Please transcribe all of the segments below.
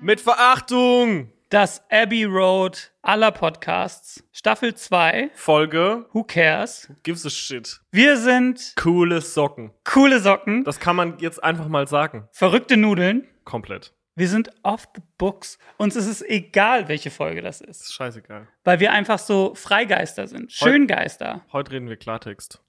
Mit Verachtung! Das Abbey Road aller Podcasts, Staffel 2, Folge Who Cares? Gives a Shit. Wir sind Coole Socken. coole Socken, Das kann man jetzt einfach mal sagen. verrückte Nudeln, Komplett. wir sind off the books. Uns ist es egal, welche Folge das ist, Ist scheißegal. weil wir einfach so Freigeister sind, Heu- Schöngeister. Heute reden wir Klartext.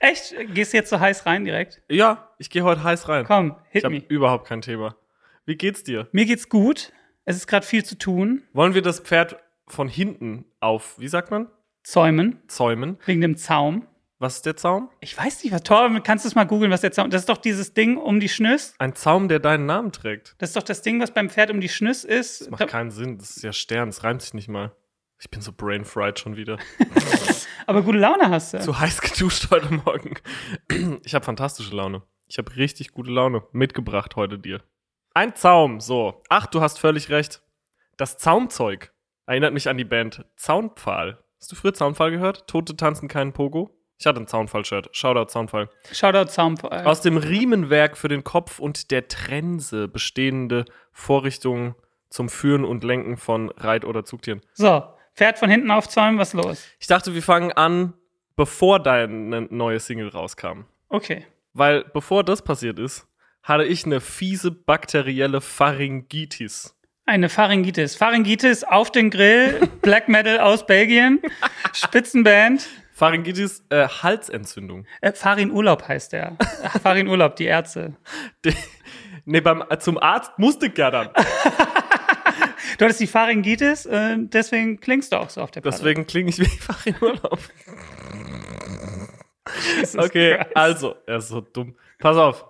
Echt? Gehst du jetzt so heiß rein direkt? Ja, ich gehe heute heiß rein. Komm, ich hit habe me. überhaupt kein Thema. Wie geht's dir? Mir geht's gut, es ist gerade viel zu tun, Wollen wir das Pferd von hinten auf, wie sagt man? Zäumen, Zäumen. wegen dem Zaum. Was ist der Zaum? Ich weiß nicht, was Torben, kannst du es mal googeln, was der Zaum, das ist doch dieses Ding um die Schnüss. Ein Zaum, der deinen Namen trägt. Das ist doch das Ding, was beim Pferd um die Schnüss ist. Das macht keinen Sinn. Das ist ja Stern. Das reimt sich nicht mal. Ich bin so brain fried schon wieder. Aber gute Laune hast du. zu heiß geduscht heute Morgen. Ich habe fantastische Laune. Ich habe richtig gute Laune mitgebracht heute dir. Ein Zaum, so. Ach, du hast völlig recht. Das Zaumzeug erinnert mich an die Band Zaunpfahl. Hast du früher Zaunpfahl gehört? Tote tanzen keinen Pogo? Ich hatte ein Zaunpfahl-Shirt. Shoutout Zaunpfahl. Shoutout Zaunpfahl. Aus dem Riemenwerk für den Kopf und der Trense bestehende Vorrichtungen zum Führen und Lenken von Reit- oder Zugtieren. so, Pferd von hinten aufzäumen, was los? Ich dachte, wir fangen an, bevor deine neue Single rauskam. Okay. Weil bevor das passiert ist, hatte ich eine fiese bakterielle Pharyngitis. Eine Pharyngitis. Pharyngitis auf den Grill, Black Metal aus Belgien, Spitzenband. Pharyngitis, äh, Halsentzündung. Äh, Farin Urlaub heißt der. Ach, Farin Urlaub, die Ärzte. De- nee, beim, äh, zum Arzt musste ich ja dann. Du hattest die Pharyngitis, äh, deswegen klingst du auch so auf der Platte. Deswegen klinge ich wie Pharynurlaub. Jesus Okay, Christ. also, er ist so dumm. Pass auf.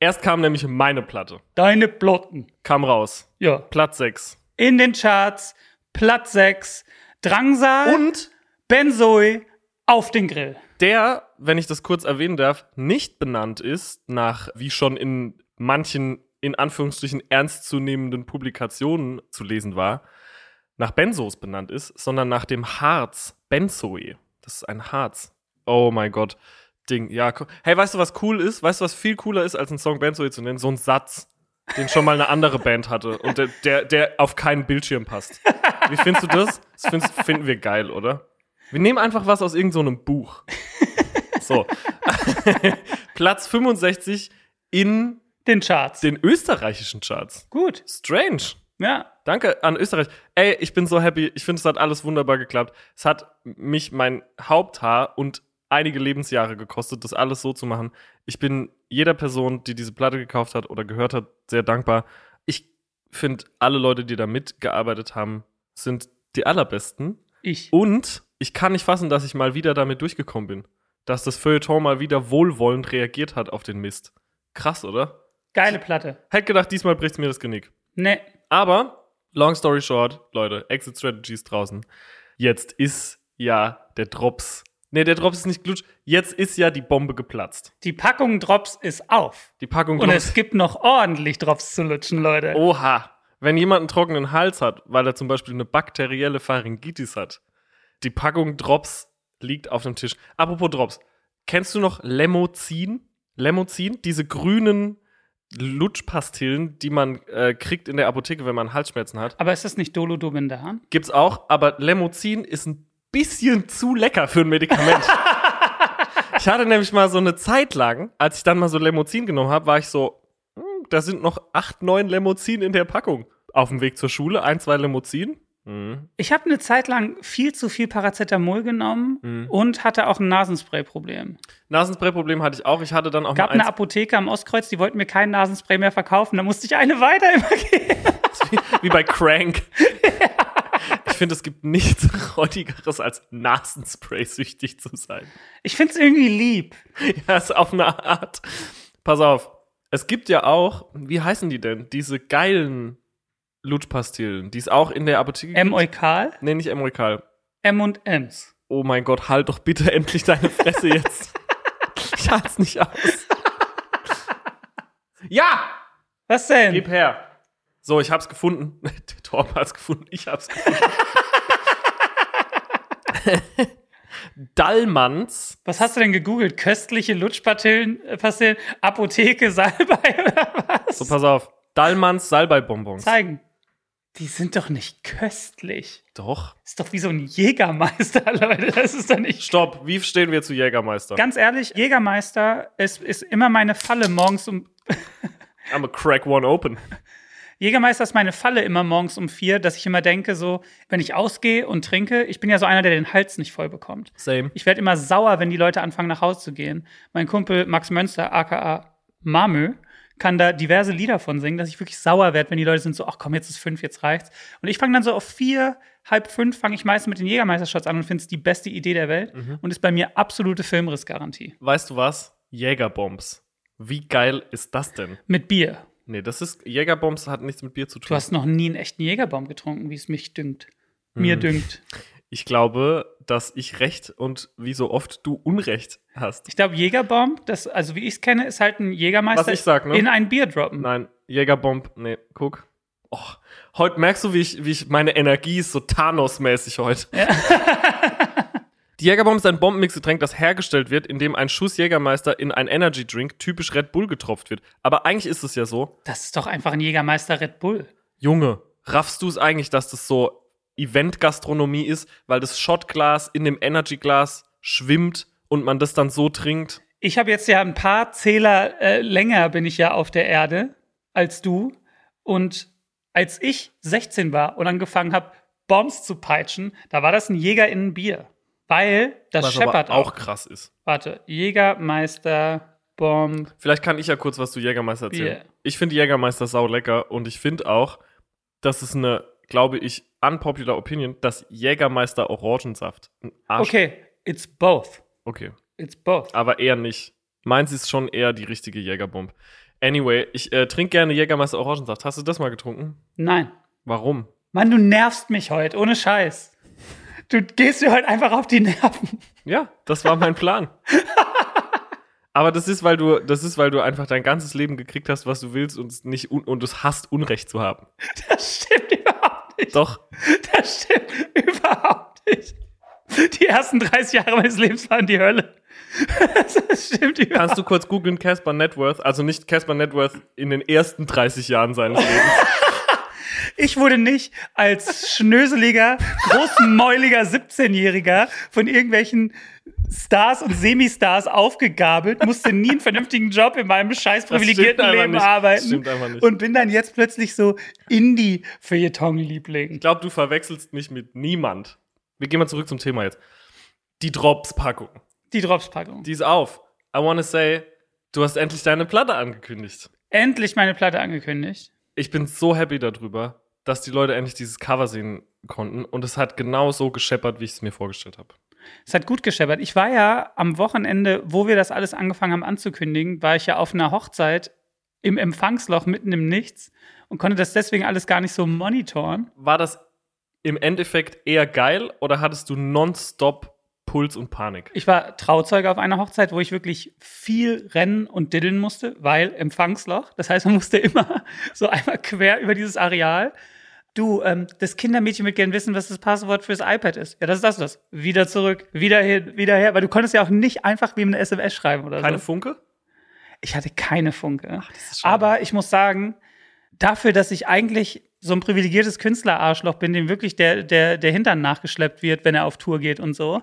Erst kam nämlich meine Platte. Deine Plotten. Kam raus. Ja. Platz 6. In den Charts, Platz 6, Drangsal, Und Benzoi, auf den Grill. der, wenn ich das kurz erwähnen darf, nicht benannt ist nach, wie schon in manchen in Anführungsstrichen ernstzunehmenden Publikationen zu lesen war, nach Benzos benannt ist, sondern nach dem Harz Benzoe. Das ist ein Harz. Oh mein Gott. Ding. Ja, ko- hey, weißt du, was cool ist? Weißt du, was viel cooler ist, als einen Song Benzoe zu nennen? So ein Satz, den schon mal eine andere Band hatte und der, der, der auf keinen Bildschirm passt. Wie findest du das? Das findest, finden wir geil, oder? Wir nehmen einfach was aus irgendeinem Buch. So. Platz 65 in Den Charts. den österreichischen Charts. Gut. Strange. Ja. Danke an Österreich. Ey, ich bin so happy. Ich finde, es hat alles wunderbar geklappt. Es hat mich mein Haupthaar und einige Lebensjahre gekostet, das alles so zu machen. Ich bin jeder Person, die diese Platte gekauft hat oder gehört hat, sehr dankbar. Ich finde, alle Leute, die da mitgearbeitet haben, sind die allerbesten. Ich. Und ich kann nicht fassen, dass ich mal wieder damit durchgekommen bin. Dass das Feuilleton mal wieder wohlwollend reagiert hat auf den Mist. Krass, oder? Geile Platte. Hätte gedacht, diesmal bricht mir das Genick. Ne. Aber, long story short, Leute, Exit Strategy ist draußen. Jetzt ist ja der Drops. Nee, der Drops ist nicht glutsch. Jetzt ist ja die Bombe geplatzt. Die Packung Drops ist auf. Die Packung Und Drops. Oh. es gibt noch ordentlich Drops zu lutschen, Leute. Oha. Wenn jemand einen trockenen Hals hat, weil er zum Beispiel eine bakterielle Pharyngitis hat, die Packung Drops liegt auf dem Tisch. Apropos Drops, kennst du noch Lemozin? Lemozin, diese grünen Lutschpastillen, die man äh, kriegt in der Apotheke, wenn man Halsschmerzen hat. Aber ist das nicht Dolodobindan? Gibt's auch, aber Lemozin ist ein bisschen zu lecker für ein Medikament. ich hatte nämlich mal so eine Zeit lang, als ich dann mal so Lemozin genommen habe, war ich so, "Hm, da sind noch acht, neun Lemozin in der Packung. Auf dem Weg zur Schule, ein, zwei Lemozin. Mhm. Ich habe eine Zeit lang viel zu viel Paracetamol genommen Mhm. und hatte auch ein Nasenspray-Problem. Nasenspray-Problem hatte ich auch. Ich hatte dann auch Gab mal eine Apotheke am Ostkreuz, die wollten mir kein Nasenspray mehr verkaufen. Da musste ich eine weiter immer gehen. wie bei Crank. Ich finde, es gibt nichts Räudigeres, als Nasenspray-süchtig zu sein. Ich finde es irgendwie lieb. Ja, ist auf eine Art. Pass auf. Es gibt ja auch, wie heißen die denn? Diese geilen Lutschpastillen, die es auch in der Apotheke gibt. M-Eukal, Nee, nicht Emrekal. M und M's. Oh mein Gott, halt doch bitte endlich deine Fresse jetzt. Ich halt's nicht aus. Ja! Was denn? Gib her. So, ich hab's gefunden. Der Torben hat's gefunden. Ich hab's gefunden. Dallmanns Was hast du denn gegoogelt? Köstliche Lutschpastillen, äh, Pastillen, Apotheke, Salbei oder was? So, pass auf. Dallmanns Salbeibonbons. zeigen. Die sind doch nicht köstlich. Doch. Ist doch wie so ein Jägermeister, Leute. Das ist doch nicht. Stopp, wie stehen wir zu Jägermeister? Ganz ehrlich, Jägermeister ist, ist immer meine Falle morgens um. I'm a crack one open. Jägermeister ist meine Falle immer morgens um vier, dass ich immer denke, so, wenn ich ausgehe und trinke, ich bin ja so einer, der den Hals nicht voll bekommt. Same. Ich werde immer sauer, wenn die Leute anfangen, nach Hause zu gehen. Mein Kumpel Max Mönster, aka Mamö, kann da diverse Lieder von singen, dass ich wirklich sauer werde, wenn die Leute sind so, ach komm, jetzt ist fünf, jetzt reicht's. Und ich fange dann so auf vier, halb fünf, fange ich meistens mit den Jägermeistershots an und finde es die beste Idee der Welt Mhm. und ist bei mir absolute Filmrissgarantie. Weißt du was? Jägerbombs. Wie geil ist das denn? Mit Bier. Nee, das ist. Jägerbombs hat nichts mit Bier zu tun. Du hast noch nie einen echten Jägerbaum getrunken, wie es mich dünkt. Mir Mhm. dünkt. Ich glaube, dass ich recht und wie so oft du Unrecht hast. Ich glaube, Jägerbaum, das, also wie ich es kenne, ist halt ein Jägermeister Was ich sag, ne? in ein Bier droppen. Nein, Jägerbomb, nee, guck. Oh, heute merkst du, wie ich, wie ich meine Energie ist so Thanos-mäßig heute. Die Jägerbomb ist ein Bombenmixgetränk, das hergestellt wird, indem ein Schuss Jägermeister in ein Energy Drink, typisch Red Bull, getropft wird. Aber eigentlich ist es ja so, Das ist doch einfach ein Jägermeister Red Bull. Junge, raffst du es eigentlich, dass das so Event-Gastronomie ist, weil das Shotglas in dem Energy-Glas schwimmt und man das dann so trinkt? Ich habe jetzt ja ein paar Zähler äh, länger bin ich ja auf der Erde als du. Und als ich 16 war und angefangen habe, Bombs zu peitschen, da war das ein Jäger in ein Bier. Weil das was scheppert aber auch. auch krass ist. Warte, Jägermeister, Bomb. Vielleicht kann ich ja kurz was zu Jägermeister erzählen. Bier. Ich finde Jägermeister sau lecker und ich finde auch, dass es eine, glaube ich, unpopular Opinion, dass Jägermeister Orangensaft ein Arsch. Okay, it's both. okay. It's both. Aber eher nicht. Meins ist schon eher die richtige Jägerbomb. Anyway, ich äh, trinke gerne Jägermeister Orangensaft. Hast du das mal getrunken? Nein. Warum? Mann, du nervst mich heute, ohne Scheiß. Du gehst mir heute einfach auf die Nerven. Ja, das war mein Plan. Aber das ist, weil du, das ist, weil du einfach dein ganzes Leben gekriegt hast, was du willst und es nicht un und es hasst, Unrecht zu haben. Das stimmt überhaupt nicht. Doch. Das stimmt überhaupt nicht. Die ersten 30 Jahre meines Lebens waren die Hölle. Das stimmt überhaupt Kannst du kurz googeln, Casper Networth? Also nicht Casper Networth in den ersten 30 Jahren seines Lebens. nicht. Ich wurde nicht als schnöseliger, großmäuliger 17-Jähriger von irgendwelchen Stars und Semistars aufgegabelt, musste nie einen vernünftigen Job in meinem scheiß Das stimmt privilegierten einfach Leben nicht. Das arbeiten stimmt einfach nicht. und bin dann jetzt plötzlich so Indie-Feuilleton-Liebling. ich glaube, du verwechselst mich mit niemand. Wir gehen mal zurück zum Thema jetzt. Die Drops-Packung. Die Dropspackung. Die ist auf. I wanna say, du hast endlich deine Platte angekündigt. Endlich meine Platte angekündigt. Ich bin so happy darüber, dass die Leute endlich dieses Cover sehen konnten und es hat genau so gescheppert, wie ich es mir vorgestellt habe. Es hat gut gescheppert. Ich war ja am Wochenende, wo wir das alles angefangen haben anzukündigen, war ich ja auf einer Hochzeit im Empfangsloch mitten im Nichts und konnte das deswegen alles gar nicht so monitoren. War das im Endeffekt eher geil oder hattest du nonstop Puls und Panik? Ich war Trauzeuge auf einer Hochzeit, wo ich wirklich viel rennen und diddeln musste, weil Empfangsloch. Das heißt, man musste immer so einmal quer über dieses Areal. Du, ähm, das Kindermädchen wird gern wissen, was das Passwort fürs iPad ist. Ja, das ist das und das. Wieder zurück, wieder hin, wieder her. Weil du konntest ja auch nicht einfach wie eine SMS schreiben oder Keine so. Funke? Ich hatte keine Funke. Das ist schade. Aber ich muss sagen, dafür, dass ich eigentlich so ein privilegiertes Künstlerarschloch bin, dem wirklich der, der, der Hintern nachgeschleppt wird, wenn er auf Tour geht und so.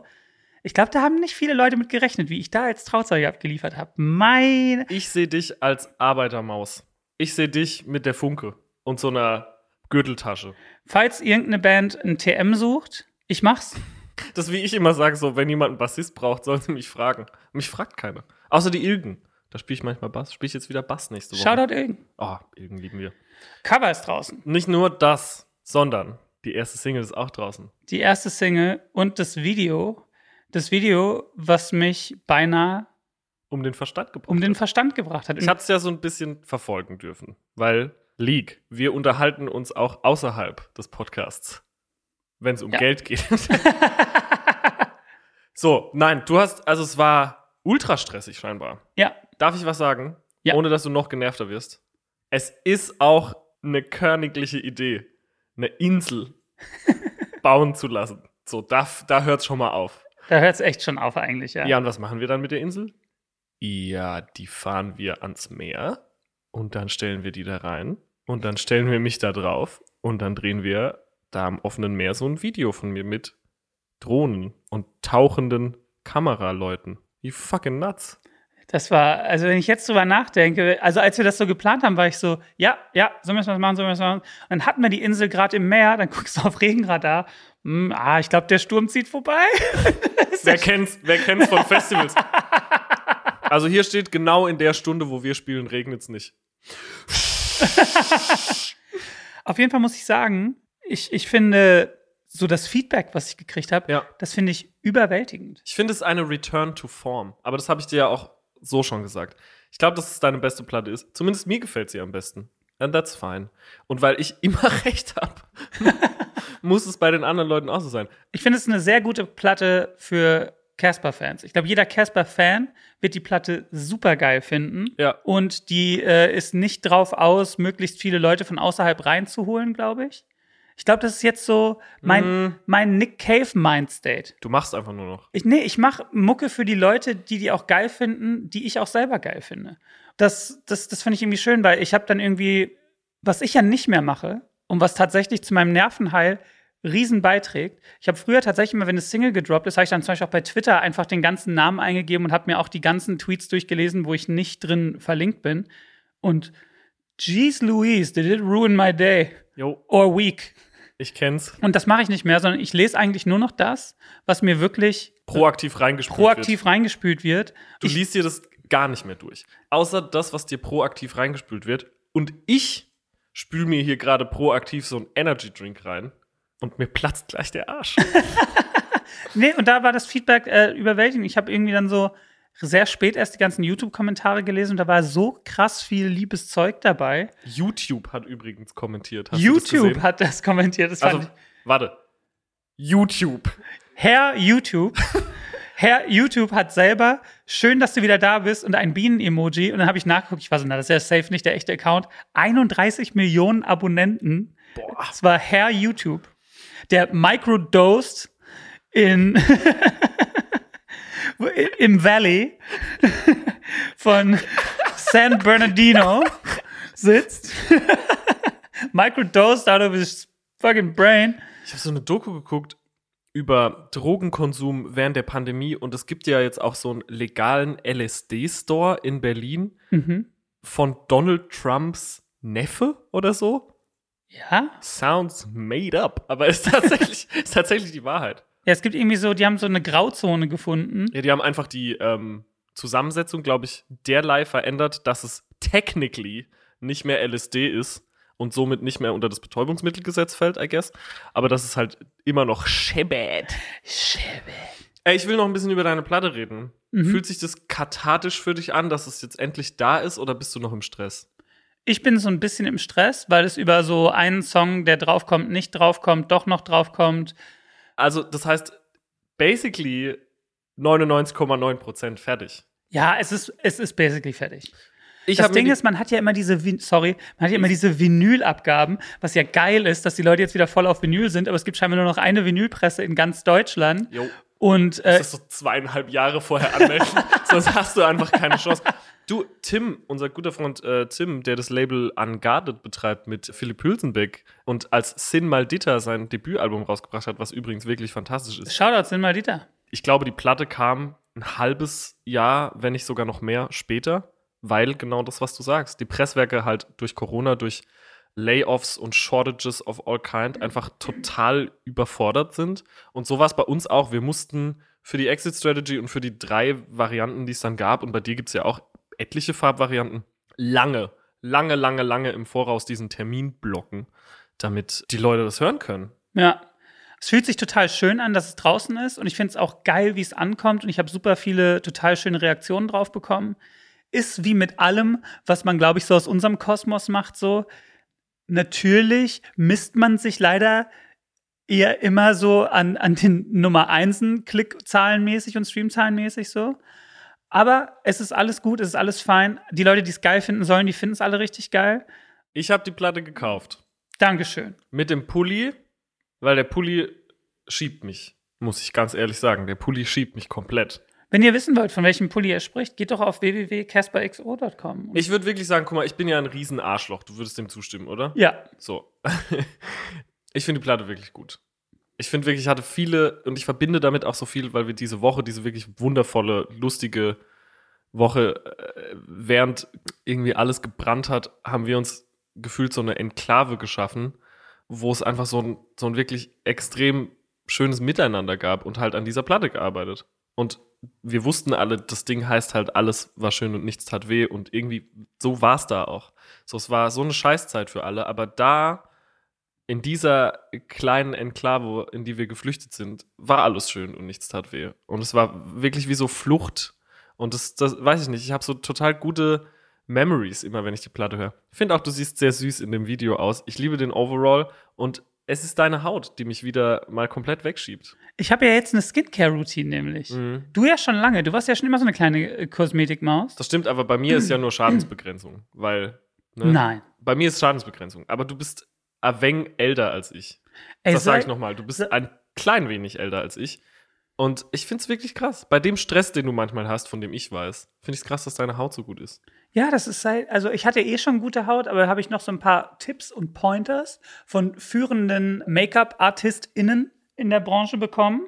Ich glaube, da haben nicht viele Leute mit gerechnet, wie ich da als Trauzeuge abgeliefert habe. Mein. Ich sehe dich als Arbeitermaus. Ich sehe dich mit der Funke und so einer Gürteltasche. Falls irgendeine Band ein TM sucht, ich mach's. Das, wie ich immer sage, so, wenn jemand einen Bassist braucht, sollen sie mich fragen. Mich fragt keiner. Außer die Ilgen. Da spiele ich manchmal Bass. Spiele ich jetzt wieder Bass nächste Woche. Shoutout irgend. Oh, Ilgen lieben wir. Cover ist draußen. Nicht nur das, sondern die erste Single ist auch draußen. Die erste Single und das Video. Das Video, was mich beinahe Um den Verstand gebracht. um den Verstand gebracht hat. ich habe es ja so ein bisschen verfolgen dürfen, weil League, wir unterhalten uns auch außerhalb des Podcasts, wenn es um Ja. Geld geht. so, nein, du hast, also es war ultra stressig scheinbar. ja, Darf ich was sagen? Ja. Ohne dass du noch genervter wirst. Es ist auch eine königliche Idee, eine Insel bauen zu lassen. So, da, da hört es schon mal auf. da hört's echt schon auf eigentlich, Ja, und was machen wir dann mit der Insel? Ja, die fahren wir ans Meer und dann stellen wir die da rein Und dann stellen wir mich da drauf und dann drehen wir da am offenen Meer so ein Video von mir mit Drohnen und tauchenden Kameraleuten. Die fucking nuts. Das war, also wenn ich jetzt drüber nachdenke, also als wir das so geplant haben, war ich so, ja, ja, so müssen wir es machen, so müssen wir es machen. Und dann hatten wir die Insel gerade im Meer, dann guckst du auf Regenradar. Hm, ah, ich glaube, der Sturm zieht vorbei. Wer kennt's, wer kennt's von Festivals? Also hier steht genau in der Stunde, wo wir spielen, regnet's nicht. auf jeden Fall muss ich sagen, ich, ich finde so das Feedback, was ich gekriegt habe, Ja. das finde ich überwältigend. Ich finde es eine Return to Form. Aber das habe ich dir ja auch so schon gesagt. Ich glaube, dass es deine beste Platte ist. Zumindest mir gefällt sie am besten. And that's fine. Und weil ich immer recht habe, muss es bei den anderen Leuten auch so sein. Ich finde es eine sehr gute Platte für Casper-Fans. Ich glaube, jeder Casper-Fan wird die Platte super geil finden. Ja. Und die äh, ist nicht drauf aus, möglichst viele Leute von außerhalb reinzuholen, glaube ich. Ich glaube, das ist jetzt so mein, Mm. mein Nick Cave-Mindstate. Du machst einfach nur noch. Ich, nee, ich mache Mucke für die Leute, die die auch geil finden, die ich auch selber geil finde. Das, das, das finde ich irgendwie schön, weil ich habe dann irgendwie, was ich ja nicht mehr mache und was tatsächlich zu meinem Nervenheil riesen beiträgt. Ich habe früher tatsächlich immer, wenn eine Single gedroppt ist, habe ich dann zum Beispiel auch bei Twitter einfach den ganzen Namen eingegeben und habe mir auch die ganzen Tweets durchgelesen, wo ich nicht drin verlinkt bin. Und jeez Louise, did it ruin my day Jo, or week? ich kenn's. Und das mache ich nicht mehr, sondern ich lese eigentlich nur noch das, was mir wirklich Proaktiv reingespielt. proaktiv reingespült wird. Wird. Du liest dir das gar nicht mehr durch. Außer das, was dir proaktiv reingespült wird. Und ich spül mir hier gerade proaktiv so einen Energy Drink rein. Und mir platzt gleich der Arsch. Nee, und da war das Feedback äh, überwältigend. Ich habe irgendwie dann so sehr spät erst die ganzen YouTube-Kommentare gelesen und da war so krass viel liebes Zeug dabei. YouTube hat übrigens kommentiert. Hast du das YouTube gesehen? hat das kommentiert. Das Also, fand ich. warte. YouTube. Herr YouTube. Herr YouTube hat selber, schön, dass du wieder da bist und ein Bienen-Emoji. Und dann habe ich nachgeguckt, ich war so, na, das ist ja safe nicht der echte Account. 31 Millionen Abonnenten. Boah. Das war Herr YouTube, der microdosed in im Valley von San Bernardino sitzt. microdosed out of his fucking brain. Ich habe so eine Doku geguckt über Drogenkonsum während der Pandemie und es gibt ja jetzt auch so einen legalen LSD-Store in Berlin Mhm. von Donald Trumps Neffe oder so. Ja? Sounds made up, aber ist tatsächlich, ist tatsächlich die Wahrheit. Ja, es gibt irgendwie so, die haben so eine Grauzone gefunden. Ja, die haben einfach die ähm, Zusammensetzung, glaube ich, derlei verändert, dass es technically nicht mehr LSD ist und somit nicht mehr unter das Betäubungsmittelgesetz fällt, I guess. Aber das ist halt immer noch Shebad. Schäbe. Ey, ich will noch ein bisschen über deine Platte reden. Mhm. Fühlt sich das kathartisch für dich an, dass es jetzt endlich da ist oder bist du noch im Stress? Ich bin so ein bisschen im Stress, weil es über so einen Song, der draufkommt, nicht draufkommt, doch noch draufkommt. Also, das heißt, basically 99,9% fertig. Ja, es ist, es ist basically fertig. Ich das hab mir Ding die- ist, man hat ja immer diese, Vin sorry, man hat ja immer diese Vinylabgaben, was ja geil ist, dass die Leute jetzt wieder voll auf Vinyl sind, aber es gibt scheinbar nur noch eine Vinylpresse in ganz Deutschland. Jo. Und äh, Das ist so zweieinhalb Jahre vorher anmelden, sonst hast du einfach keine Chance. Du, Tim, unser guter Freund äh, Tim, der das Label Unguarded betreibt mit Philipp Hülsenbeck und als Sin Maldita sein Debütalbum rausgebracht hat, was übrigens wirklich fantastisch ist. Shoutouts sind mal Dieter. Ich glaube, die Platte kam ein halbes Jahr, wenn nicht sogar noch mehr, später, weil genau das, was du sagst, die Presswerke halt durch Corona, durch Layoffs und Shortages of all kind einfach total überfordert sind. Und so war es bei uns auch. Wir mussten für die Exit Strategy und für die drei Varianten, die es dann gab, und bei dir gibt es ja auch etliche Farbvarianten, lange, lange, lange, lange im Voraus diesen Termin blocken, damit die Leute das hören können. Ja. Es fühlt sich total schön an, dass es draußen ist und ich finde es auch geil, wie es ankommt und ich habe super viele total schöne Reaktionen drauf bekommen. Ist wie mit allem, was man, glaube ich, so aus unserem Kosmos macht, so. Natürlich misst man sich leider eher immer so an, an den Nummer Einsen Klickzahlenmäßig und Streamzahlenmäßig so. Aber es ist alles gut, es ist alles fein. Die Leute, die es geil finden sollen, die finden es alle richtig geil. Ich habe die Platte gekauft. Dankeschön. mit dem Pulli, weil der Pulli schiebt mich, muss ich ganz ehrlich sagen. Der Pulli schiebt mich komplett. Wenn ihr wissen wollt, von welchem Pulli er spricht, geht doch auf www.casperxo.com. Ich würde wirklich sagen, guck mal, ich bin ja ein Riesenarschloch. Du würdest dem zustimmen, oder? ja, So. ich finde die Platte wirklich gut. Ich finde wirklich, ich hatte viele und ich verbinde damit auch so viel, weil wir diese Woche, diese wirklich wundervolle, lustige Woche, äh, während irgendwie alles gebrannt hat, haben wir uns gefühlt so eine Enklave geschaffen, wo es einfach so ein, so ein wirklich extrem schönes Miteinander gab und halt an dieser Platte gearbeitet. Und wir wussten alle, das Ding heißt halt, alles war schön und nichts tat weh und irgendwie so war es da auch. So, es war so eine Scheißzeit für alle, aber da, in dieser kleinen Enklave, in die wir geflüchtet sind, war alles schön und nichts tat weh. Und es war wirklich wie so Flucht. Und das, das weiß ich nicht, ich habe so total gute Memories immer, wenn ich die Platte höre. Ich finde auch, du siehst sehr süß in dem Video aus. Ich liebe den Overall und es ist deine Haut, die mich wieder mal komplett wegschiebt. ich habe ja jetzt eine Skincare-Routine nämlich. Mhm. Du ja schon lange. Du warst ja schon immer so eine kleine äh, Kosmetikmaus. Das stimmt, aber bei mir ist ja nur Schadensbegrenzung, weil ne? Nein. bei mir ist Schadensbegrenzung. Aber du bist ein wenig älter als ich. Ey, das sei- sage ich nochmal. Du bist sei- ein klein wenig älter als ich. Und ich finde es wirklich krass. Bei dem Stress, den du manchmal hast, von dem ich weiß, finde ich es krass, dass deine Haut so gut ist. Ja, das ist halt, also ich hatte eh schon gute Haut, aber habe ich noch so ein paar Tipps und Pointers von führenden Make-up-ArtistInnen in der Branche bekommen.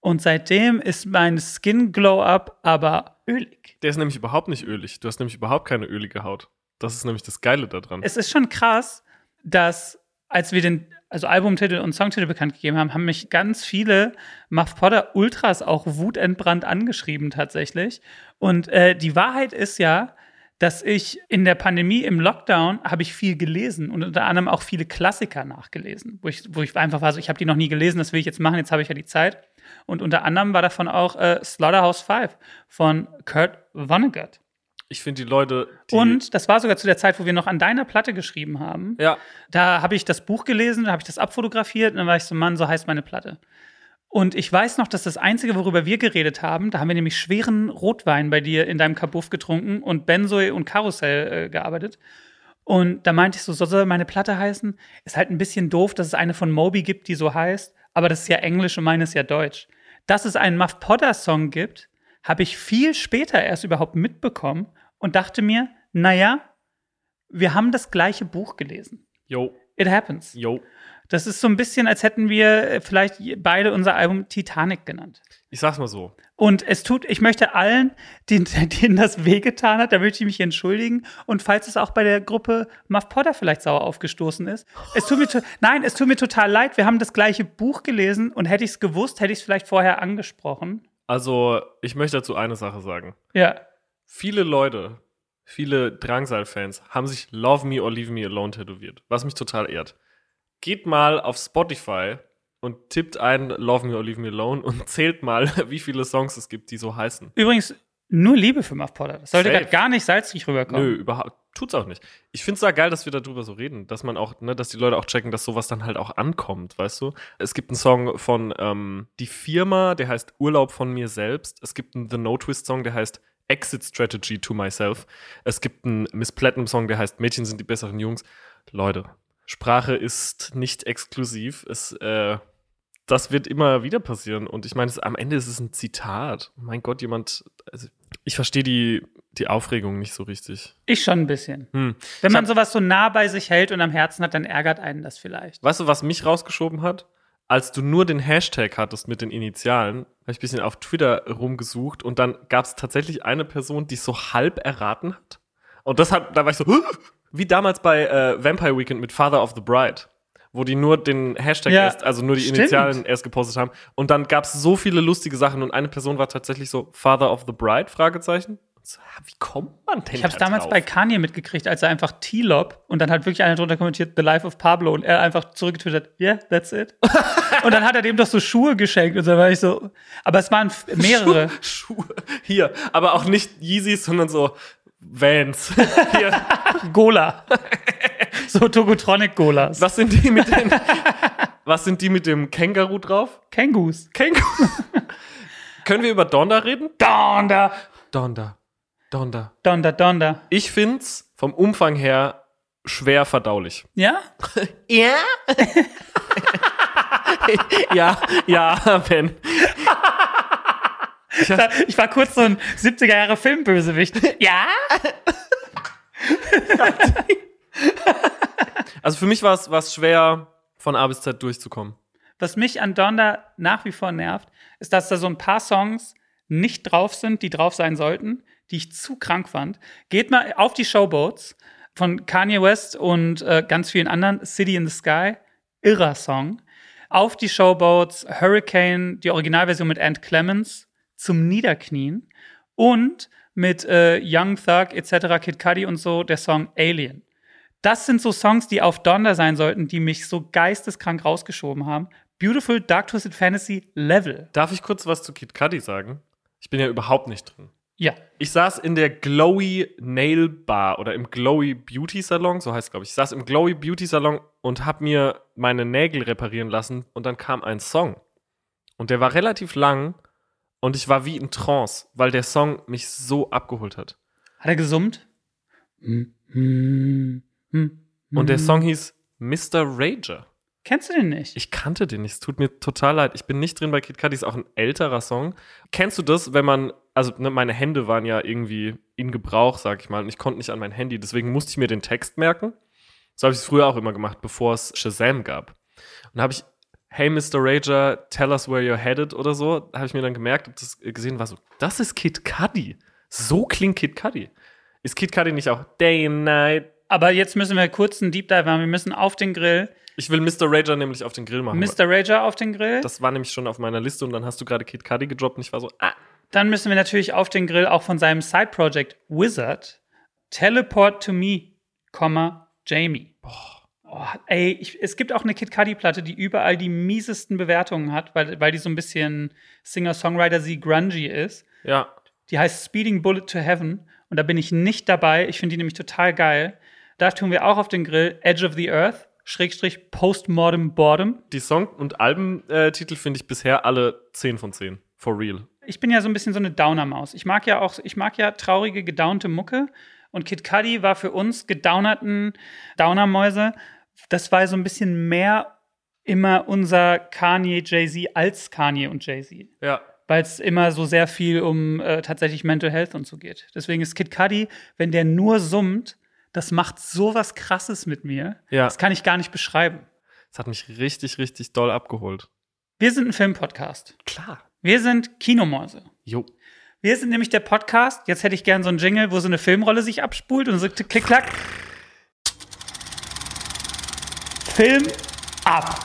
Und seitdem ist mein Skin Glow Up aber ölig. Der ist nämlich überhaupt nicht ölig. Du hast nämlich überhaupt keine ölige Haut. Das ist nämlich das Geile daran. Es ist schon krass, dass als wir den also Albumtitel und Songtitel bekannt gegeben haben, haben mich ganz viele Muff Potter Ultras auch wutentbrannt angeschrieben tatsächlich. Und äh, die Wahrheit ist ja, dass ich in der Pandemie im Lockdown habe ich viel gelesen und unter anderem auch viele Klassiker nachgelesen, wo ich, wo ich einfach war, so, ich habe die noch nie gelesen, das will ich jetzt machen, jetzt habe ich ja die Zeit. Und unter anderem war davon auch äh, Slaughterhouse 5 von Kurt Vonnegut. ich finde die Leute. Die, Und das war sogar zu der Zeit, wo wir noch an deiner Platte geschrieben haben. Ja, Da habe ich das Buch gelesen, da habe ich das abfotografiert und dann war ich so, Mann, so heißt meine Platte. Und ich weiß noch, dass das Einzige, worüber wir geredet haben, da haben wir nämlich schweren Rotwein bei dir in deinem Kabuff getrunken und Benzoe und Karussell äh, gearbeitet. Und da meinte ich so, so soll meine Platte heißen? Ist halt ein bisschen doof, dass es eine von Moby gibt, die so heißt, aber das ist ja Englisch und meine ist ja Deutsch. Dass es einen Muff Potter Song gibt, habe ich viel später erst überhaupt mitbekommen und dachte mir, naja, wir haben das gleiche Buch gelesen. yo, It happens. yo. Das ist so ein bisschen, als hätten wir äh, vielleicht je- beide unser Album Titanic genannt. Ich sag's mal so. Und es tut, ich möchte allen, denen, denen das wehgetan hat, da möchte ich mich entschuldigen. Und falls es auch bei der Gruppe Muff Potter vielleicht sauer aufgestoßen ist. Es tut mir, to- nein, es tut mir total leid. Wir haben das gleiche Buch gelesen und hätte ich es gewusst, hätte ich es vielleicht vorher angesprochen. Also, ich möchte dazu eine Sache sagen. Ja. viele Leute, viele Drangsal-Fans haben sich Love Me or Leave Me Alone tätowiert, was mich total ehrt. Geht mal auf Spotify und tippt ein Love Me or Leave Me Alone und zählt mal, wie viele Songs es gibt, die so heißen. Übrigens, nur Liebe für Muff Potter. Das sollte Safe. gerade gar nicht salzig rüberkommen. Nö, überhaupt tut's auch nicht. Ich find's da geil, dass wir darüber so reden, dass man auch, ne, dass die Leute auch checken, dass sowas dann halt auch ankommt, weißt du? Es gibt einen Song von ähm, die Firma, der heißt Urlaub von mir selbst. Es gibt einen The No Twist Song, der heißt Exit Strategy to Myself. Es gibt einen Miss Platinum Song, der heißt Mädchen sind die besseren Jungs. Leute, Sprache ist nicht exklusiv. Es äh, das wird immer wieder passieren. Und ich meine, es, am Ende ist es ein Zitat. Mein Gott, jemand. Also, ich verstehe die, die Aufregung nicht so richtig. Ich schon ein bisschen. Hm. Wenn Ich man hab- sowas so nah bei sich hält und am Herzen hat, dann ärgert einen das vielleicht. Weißt du, was mich rausgeschoben hat? Als du nur den Hashtag hattest mit den Initialen, habe ich ein bisschen auf Twitter rumgesucht und dann gab es tatsächlich eine Person, die es so halb erraten hat. Und das hat, da war ich so, wie damals bei äh, Vampire Weekend mit Father of the Bride, wo die nur den Hashtag Ja, erst, also nur die stimmt. Initialen erst gepostet haben. Und dann gab es so viele lustige Sachen und eine Person war tatsächlich so Father of the Bride, Fragezeichen. Und So, ah, wie kommt man denn Ich habe es da damals drauf? bei Kanye mitgekriegt, als er einfach T-Lop und dann hat wirklich einer drunter kommentiert, The Life of Pablo und er einfach zurückgetwittert, yeah, that's it. und dann hat er dem doch so Schuhe geschenkt und so war ich so, aber es waren f- mehrere. Schuhe. Hier, aber auch nicht Yeezys, sondern so Vans. Hier. Gola. so Togotronic Golas. Was sind die mit den, was sind die mit dem Känguru drauf? Kängurus. Känguru. Können wir über Donda reden? Donda. Donda. Donda. Donda, Donda. Ich find's vom Umfang her schwer verdaulich. Ja? Ja? ja, ja, Ben. Ich, war- ich war kurz so ein 70er Jahre Filmbösewicht. Ja? Also für mich war es war es schwer, von A bis Z durchzukommen. Was mich an Donda nach wie vor nervt, ist, dass da so ein paar Songs nicht drauf sind, die drauf sein sollten, die ich zu krank fand. Geht mal auf die Showboats von Kanye West und äh, ganz vielen anderen. City in the Sky, irrer Song. Auf die Showboats, Hurricane, die Originalversion mit Ant Clemens zum Niederknien und mit äh, Young Thug etc., Kid Cudi und so der Song Alien. Das sind so Songs, die auf Donda sein sollten, die mich so geisteskrank rausgeschoben haben. Beautiful Dark Twisted Fantasy Level. Darf ich kurz was zu Kid Cudi sagen? Ich bin ja überhaupt nicht drin. Ja. Ich saß in der Glowy Nail Bar oder im Glowy Beauty Salon, so heißt es, glaube ich. Ich saß im Glowy Beauty Salon und habe mir meine Nägel reparieren lassen und dann kam ein Song. Und der war relativ lang und ich war wie in Trance, weil der Song mich so abgeholt hat. Hat er gesummt? Und Und Mhm. der Song hieß Mr. Rager. Kennst du den nicht? Ich kannte den nicht. Es tut mir total leid. Ich bin nicht drin bei Kid Cudi. Ist auch ein älterer Song. Kennst du das, wenn man, also ne, meine Hände waren ja irgendwie in Gebrauch, sag ich mal, und ich konnte nicht an mein Handy. Deswegen musste ich mir den Text merken. So habe ich es früher auch immer gemacht, bevor es Shazam gab. Und habe ich Hey Mr. Rager, tell us where you're headed oder so, habe ich mir dann gemerkt, habe das äh, gesehen, war so, das ist Kid Cudi. So klingt Kid Cudi. Ist Kid Cudi nicht auch Day and Night? Aber jetzt müssen wir kurz einen Deep Dive machen. Wir müssen auf den Grill. Ich will Mr. Rager nämlich auf den Grill machen. Mr. Rager auf den Grill. Das war nämlich schon auf meiner Liste und dann hast du gerade Kid Cudi gedroppt und ich war so, ah, Dann müssen wir natürlich auf den Grill auch von seinem Side-Project Wizard Teleport to Me, Komma, Jamie. Oh, ey, ich, es gibt auch eine Kid Cudi-Platte, die überall die miesesten Bewertungen hat, weil, weil die so ein bisschen Singer-Songwriter sie grungy ist. ja. Die heißt Speeding Bullet to Heaven und da bin ich nicht dabei. Ich finde die nämlich total geil. Da tun wir auch auf den Grill Edge of the Earth, Schrägstrich Postmortem Boredom. Die Song- und Albentitel finde ich bisher alle 10 von 10. For real. ich bin ja so ein bisschen so eine Downer-Maus. Ich mag ja auch, ich mag ja traurige, gedownte Mucke. Und Kid Cudi war für uns gedownerten Downer-Mäuse. Das war so ein bisschen mehr immer unser Kanye, Jay-Z als Kanye und Jay-Z. Ja. Weil es immer so sehr viel um äh, tatsächlich Mental Health und so geht. Deswegen ist Kid Cudi, wenn der nur summt, das macht sowas Krasses mit mir. Ja. Das kann ich gar nicht beschreiben. Das hat mich richtig, richtig doll abgeholt. Wir sind ein Filmpodcast. Klar. Wir sind Kinomäuse. Jo. Wir sind nämlich der Podcast. Jetzt hätte ich gern so einen Jingle, wo so eine Filmrolle sich abspult und so klick, klick, klack. Film ab.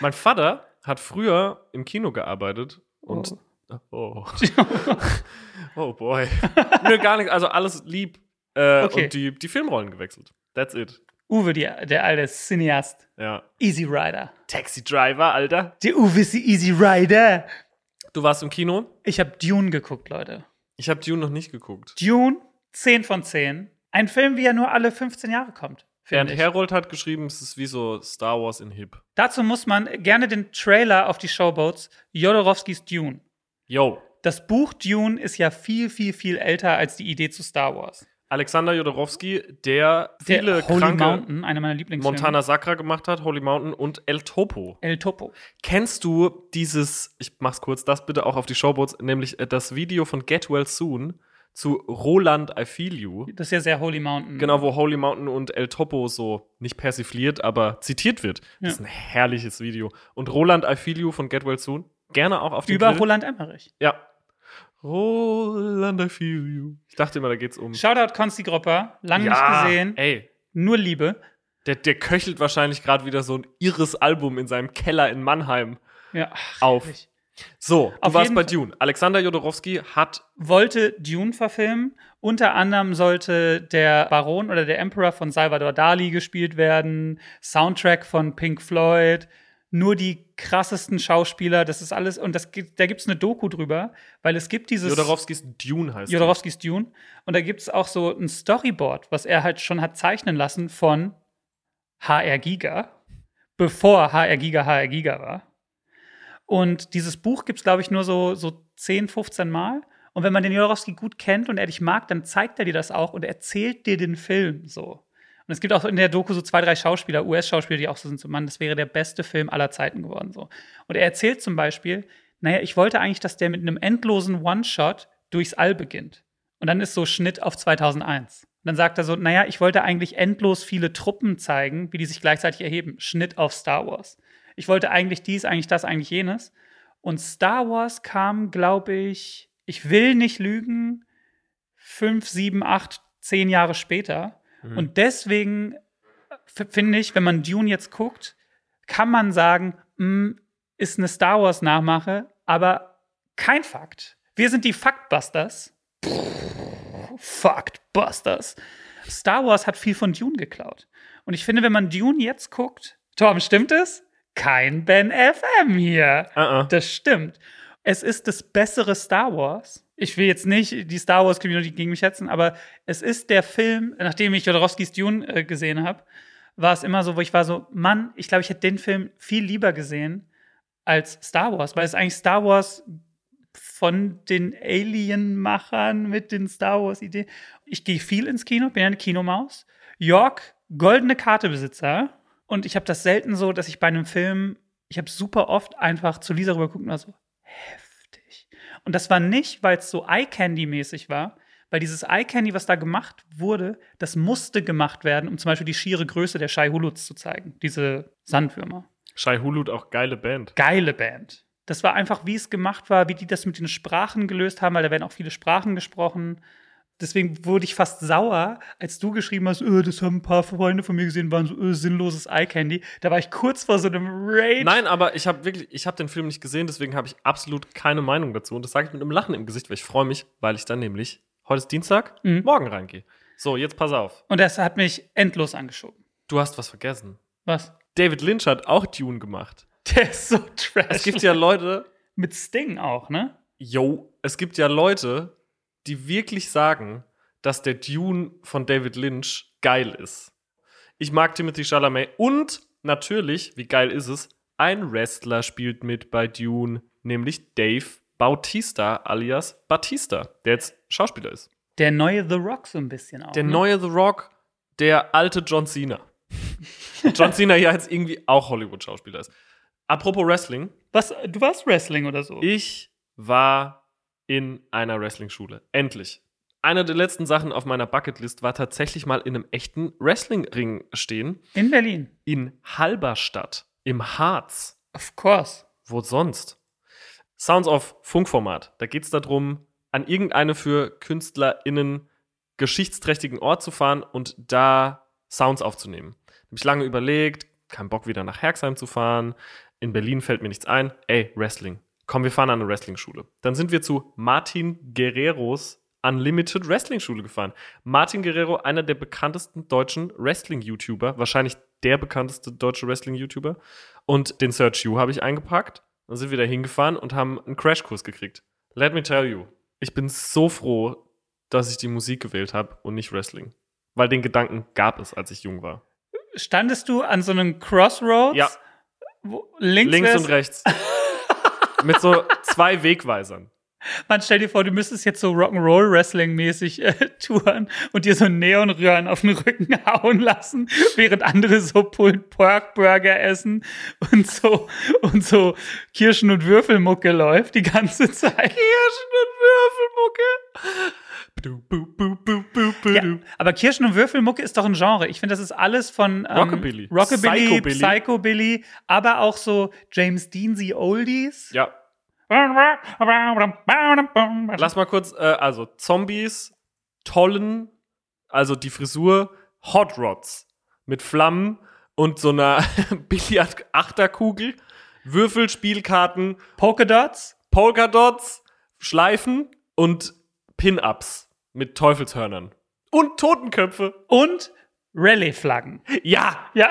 Mein Vater hat früher im Kino gearbeitet und. Oh. Oh, boy. Nö, gar nichts. Also alles lieb. Äh, Okay. Und die, die Filmrollen gewechselt. That's it. Uwe, die, der alte Cineast. Ja. Easy Rider. Taxi Driver, Alter. Der Uwe ist die Easy Rider. Du warst im Kino? Ich habe Dune geguckt, Leute. Ich habe Dune noch nicht geguckt. Dune, 10 von 10. Ein Film, wie er nur alle 15 Jahre kommt. Bernd finde ich. Herold hat geschrieben, es ist wie so Star Wars in Hip. Dazu muss man gerne den Trailer auf die Showboats Jodorowskis Dune. Yo. Das Buch Dune ist ja viel, viel, viel älter als die Idee zu Star Wars. Alexander Jodorowski, der Der viele Holy kranke Mountain, einer meiner Lieblingsfilme. Montana Sacra gemacht hat, Holy Mountain und El Topo. El Topo. Kennst du dieses, ich mach's kurz, das bitte auch auf die Showboats, nämlich äh, das Video von Get Well Soon zu Roland I Feel You, Das ist ja sehr Holy Mountain. genau wo Holy Mountain und El Topo so nicht persifliert, aber zitiert wird. Ja. Das ist ein herrliches Video. Und Roland I Feel You von Get Well Soon, gerne auch auf die Über Roland Emmerich. Ja. Roland I Feel You. Ich dachte immer, da geht's um. Shoutout Konsti Gropper. Lange Ja, nicht gesehen. Ey, Nur Liebe. Der, der köchelt wahrscheinlich gerade wieder so ein irres Album in seinem Keller in Mannheim Ja, ach, auf. herrlich. So, du Auf warst jeden bei Fall. Dune. Alexander Jodorowski hat, Wollte Dune verfilmen. Unter anderem sollte der Baron oder der Emperor von Salvador Dali gespielt werden. Soundtrack von Pink Floyd. Nur die krassesten Schauspieler. Das ist alles. Und das, gibt- da gibt es eine Doku drüber, weil es gibt dieses. Jodorowskis Dune heißt er. Jodorowskis Dune. Und da gibt es auch so ein Storyboard, was er halt schon hat zeichnen lassen von HR Giga, bevor HR Giga HR Giga war. Und dieses Buch gibt es, glaube ich, nur so, so 10, 15 Mal. Und wenn man den Jodorowski gut kennt und er dich mag, dann zeigt er dir das auch und erzählt dir den Film so. Und es gibt auch in der Doku so zwei, drei Schauspieler, US-Schauspieler, die auch so sind, so Mann, das wäre der beste Film aller Zeiten geworden. So. Und er erzählt zum Beispiel, naja, ich wollte eigentlich, dass der mit einem endlosen One-Shot durchs All beginnt. Und dann ist so Schnitt auf 2001. Und dann sagt er so, naja, ich wollte eigentlich endlos viele Truppen zeigen, wie die sich gleichzeitig erheben. Schnitt auf Star Wars. Ich wollte eigentlich dies, eigentlich das, eigentlich jenes. Und Star Wars kam, glaube ich, ich will nicht lügen, fünf, sieben, acht, zehn Jahre später. Mhm. Und deswegen f- finde ich, wenn man Dune jetzt guckt, kann man sagen, mh, ist eine Star Wars Nachmache, aber kein Fakt. Wir sind die Faktbusters. Faktbusters. Star Wars hat viel von Dune geklaut. Und ich finde, wenn man Dune jetzt guckt, Tom, stimmt es? Kein Ben FM hier. Uh-uh. Das stimmt. Es ist das bessere Star Wars. Ich will jetzt nicht die Star Wars Community gegen mich hetzen, aber es ist der Film, nachdem ich Jodorowskis Dune äh, gesehen habe, war es immer so, wo ich war so, Mann, ich glaube, ich hätte den Film viel lieber gesehen als Star Wars, weil es eigentlich Star Wars von den Alien-Machern mit den Star Wars-Ideen. Ich gehe viel ins Kino, bin ja eine Kinomaus. York, goldene Kartebesitzer. Und ich habe das selten so, dass ich bei einem Film, ich habe super oft einfach zu Lisa rübergucken und war so, heftig. Und das war nicht, weil es so Eye-Candy-mäßig war, weil dieses Eye-Candy, was da gemacht wurde, das musste gemacht werden, um zum Beispiel die schiere Größe der Shai Huluts zu zeigen, diese Sandwürmer. Shai Hulut, auch geile Band. Geile Band. Das war einfach, wie es gemacht war, wie die das mit den Sprachen gelöst haben, weil da werden auch viele Sprachen gesprochen. Deswegen wurde ich fast sauer, als du geschrieben hast, öh, das haben ein paar Freunde von mir gesehen, waren so öh, sinnloses Eye Candy. Da war ich kurz vor so einem Rage. Nein, aber ich habe wirklich, ich habe den Film nicht gesehen, deswegen habe ich absolut keine Meinung dazu. Und das sage ich mit einem Lachen im Gesicht, weil ich freue mich, weil ich dann nämlich, heute ist Dienstag, Mhm. morgen reingehe. So, jetzt pass auf. Und das hat mich endlos angeschoben. Du hast was vergessen. Was? David Lynch hat auch Dune gemacht. Der ist so trash. Es gibt ja Leute, mit Sting auch, ne? yo, es gibt ja Leute, die wirklich sagen, dass der Dune von David Lynch geil ist. Ich mag Timothy Chalamet und natürlich, wie geil ist es, ein Wrestler spielt mit bei Dune, nämlich Dave Bautista alias Batista, der jetzt Schauspieler ist. Der neue The Rock so ein bisschen auch. Der ne? neue The Rock, der alte John Cena. Und John Cena ja jetzt irgendwie auch Hollywood-Schauspieler ist. Apropos Wrestling, Was? Du warst Wrestling oder so? ich war in einer Wrestling-Schule. Endlich. Eine der letzten Sachen auf meiner Bucketlist war tatsächlich mal in einem echten Wrestling-Ring stehen. In Berlin. In Halberstadt, im Harz. Of course. Wo sonst? Sounds of Funkformat. Da geht es darum, an irgendeine für KünstlerInnen geschichtsträchtigen Ort zu fahren und da Sounds aufzunehmen. Habe ich lange überlegt, kein Bock wieder nach Herxheim zu fahren. In Berlin fällt mir nichts ein. Ey, Wrestling. Komm, wir fahren an eine Wrestling-Schule. Dann sind wir zu Martin Guerreros Unlimited Wrestling-Schule gefahren. Martin Guerrero, einer der bekanntesten deutschen Wrestling-YouTuber, wahrscheinlich der bekannteste deutsche Wrestling-YouTuber. Und den Search You habe ich eingepackt. Dann sind wir da hingefahren und haben einen Crashkurs gekriegt. Let me tell you, ich bin so froh, dass ich die Musik gewählt habe und nicht Wrestling. Weil den Gedanken gab es, als ich jung war. Standest du an so einem Crossroads? Ja. Wo, links Links wär's- und rechts. Mit so zwei Wegweisern. Man stell dir vor, du müsstest jetzt so Rock'n'Roll Wrestling mäßig äh, touren und dir so Neonröhren auf den Rücken hauen lassen, während andere so Pulled Pork Burger essen und so und so Kirschen und Würfelmucke läuft die ganze Zeit. Kirschen und Würfelmucke. Bu, bu, bu, bu, bu, Ja, du. aber Kirschen und Würfelmucke ist doch ein Genre. Ich finde, das ist alles von ähm, Rockabilly. Rockabilly, Psychobilly. Psychobilly, aber auch so James Deansy Oldies. ja. Lass mal kurz, äh, also Zombies, Tollen, also die Frisur, Hot Rods mit Flammen und so einer Billard-Achterkugel, Würfelspielkarten, Polka Dots. Polkadots, Schleifen und Pin-Ups mit Teufelshörnern. Und Totenköpfe. und Rallye-Flaggen. Ja, Ja.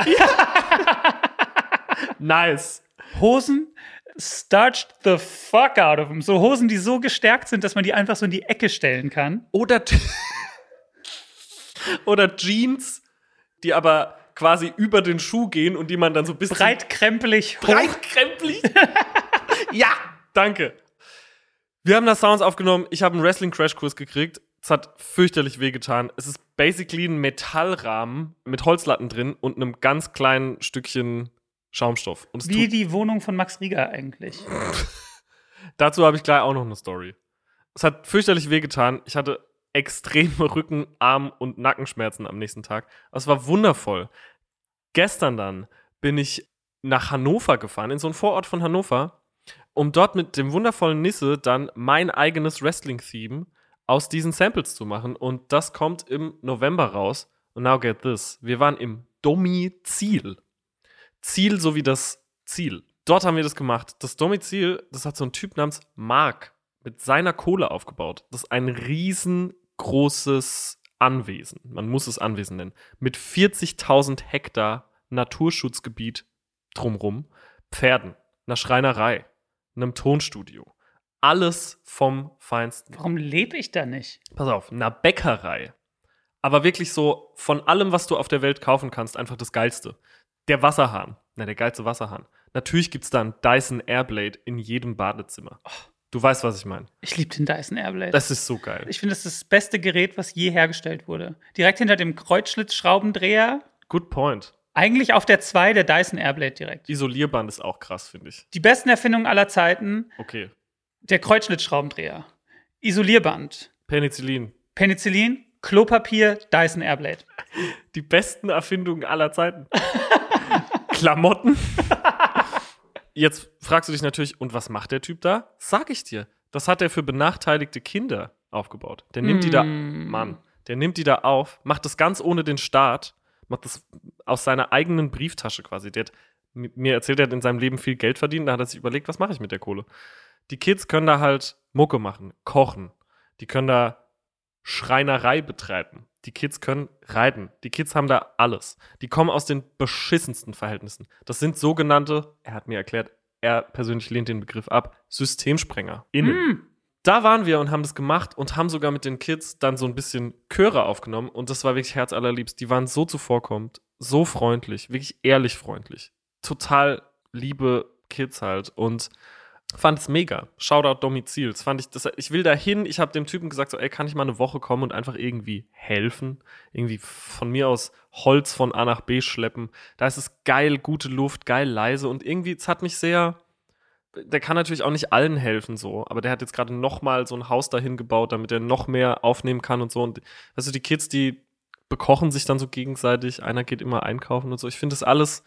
nice. Hosen starched the fuck out of them. So Hosen, die so gestärkt sind, dass man die einfach so in die Ecke stellen kann. Oder, oder Jeans, die aber quasi über den Schuh gehen und die man dann so ein bisschen Breitkrempelig hoch. Breitkrempelig? ja, danke. Wir haben da Sounds aufgenommen. Ich habe einen Wrestling-Crashkurs gekriegt. Es hat fürchterlich wehgetan. Es ist basically ein Metallrahmen mit Holzlatten drin und einem ganz kleinen Stückchen Schaumstoff. Und es Wie tut- die Wohnung von Max Rieger eigentlich. Dazu habe ich gleich auch noch eine Story. Es hat fürchterlich wehgetan. Ich hatte extreme Rücken-, Arm- und Nackenschmerzen am nächsten Tag. Es war wundervoll. Gestern dann bin ich nach Hannover gefahren, in so einen Vorort von Hannover, um dort mit dem wundervollen Nisse dann mein eigenes Wrestling-Theme aus diesen Samples zu machen. Und das kommt im November raus. Und now get this. Wir waren im Domizil. Ziel sowie das Ziel. Dort haben wir das gemacht. Das Domizil, das hat so ein Typ namens Mark mit seiner Kohle aufgebaut. Das ist ein riesengroßes Anwesen. Man muss es Anwesen nennen. Mit 40.000 Hektar Naturschutzgebiet drumrum, Pferden, einer Schreinerei, einem Tonstudio. Alles vom Feinsten. Warum lebe ich da nicht? Pass auf, einer Bäckerei. Aber wirklich so von allem, was du auf der Welt kaufen kannst, einfach das Geilste. Der Wasserhahn. Na, der geilste Wasserhahn. Natürlich gibt's da einen Dyson Airblade in jedem Badezimmer. Du weißt, was ich meine. Ich liebe den Dyson Airblade. Das ist so geil. ich finde, das ist das beste Gerät, was je hergestellt wurde. Direkt hinter dem Kreuzschlitzschraubendreher, Good point. eigentlich auf der 2 der Dyson Airblade direkt. Isolierband ist auch krass, finde ich. Die besten Erfindungen aller Zeiten, Okay. der Kreuzschlitzschraubendreher, Isolierband, Penicillin. Penicillin, Klopapier, Dyson Airblade. Die besten Erfindungen aller Zeiten. Klamotten. Jetzt fragst du dich natürlich, und was macht der Typ da? Sag ich dir. Das hat er für benachteiligte Kinder aufgebaut. Der nimmt die da Mm. Mann, der nimmt die da auf, macht das ganz ohne den Staat, macht das aus seiner eigenen Brieftasche quasi. Der hat mit mir erzählt, er hat in seinem Leben viel Geld verdient, da hat er sich überlegt, was mache ich mit der Kohle? Die Kids können da halt Mucke machen, kochen, die können da Schreinerei betreiben, die Kids können reiten, die Kids haben da alles. Die kommen aus den beschissensten Verhältnissen. Das sind sogenannte, er hat mir erklärt, er persönlich lehnt den Begriff ab, Systemsprenger. Innen. Hm. Da waren wir und haben das gemacht und haben sogar mit den Kids dann so ein bisschen Chöre aufgenommen und das war wirklich herzallerliebst. Die waren so zuvorkommend, so freundlich, wirklich ehrlich freundlich. Total liebe Kids halt und fand es mega. Shoutout Domizil. Das fand ich, das, ich will da hin. Ich habe dem Typen gesagt, so, ey, kann ich mal eine Woche kommen und einfach irgendwie helfen? Irgendwie von mir aus Holz von A nach B schleppen. Da ist es geil, gute Luft, geil leise und irgendwie, es hat mich sehr der kann natürlich auch nicht allen helfen so, aber der hat jetzt gerade noch mal so ein Haus dahin gebaut, damit er noch mehr aufnehmen kann und so und also die Kids, die bekochen sich dann so gegenseitig, einer geht immer einkaufen und so. Ich finde das alles,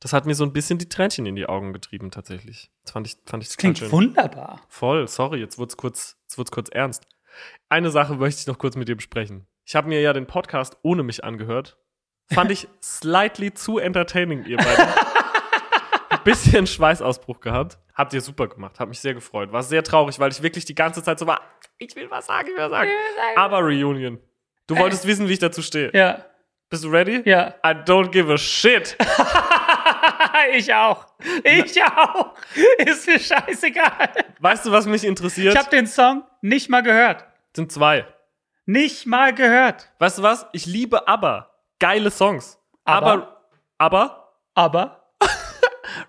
das hat mir so ein bisschen die Tränchen in die Augen getrieben tatsächlich. Das fand ich fand ich Das klingt total schön. wunderbar. Voll, sorry, jetzt wird's kurz, jetzt wird's kurz ernst. Eine Sache möchte ich noch kurz mit dir besprechen. Ich habe mir ja den Podcast ohne mich angehört. Fand ich slightly zu entertaining, ihr beiden. Ein bisschen Schweißausbruch gehabt. Habt ihr super gemacht, hab mich sehr gefreut. War sehr traurig, weil ich wirklich die ganze Zeit so war, ich will was sagen, ich will was sagen. Äh. Aber Reunion. Du wolltest wissen, wie ich dazu stehe. Ja, Bist du ready? ja. I don't give a shit. ich auch. Ich auch. Ist mir scheißegal. Weißt du, was mich interessiert? Ich habe den Song nicht mal gehört. Sind zwei. Nicht mal gehört. Weißt du was? Ich liebe aber geile Songs. Aber? Aber aber, Aber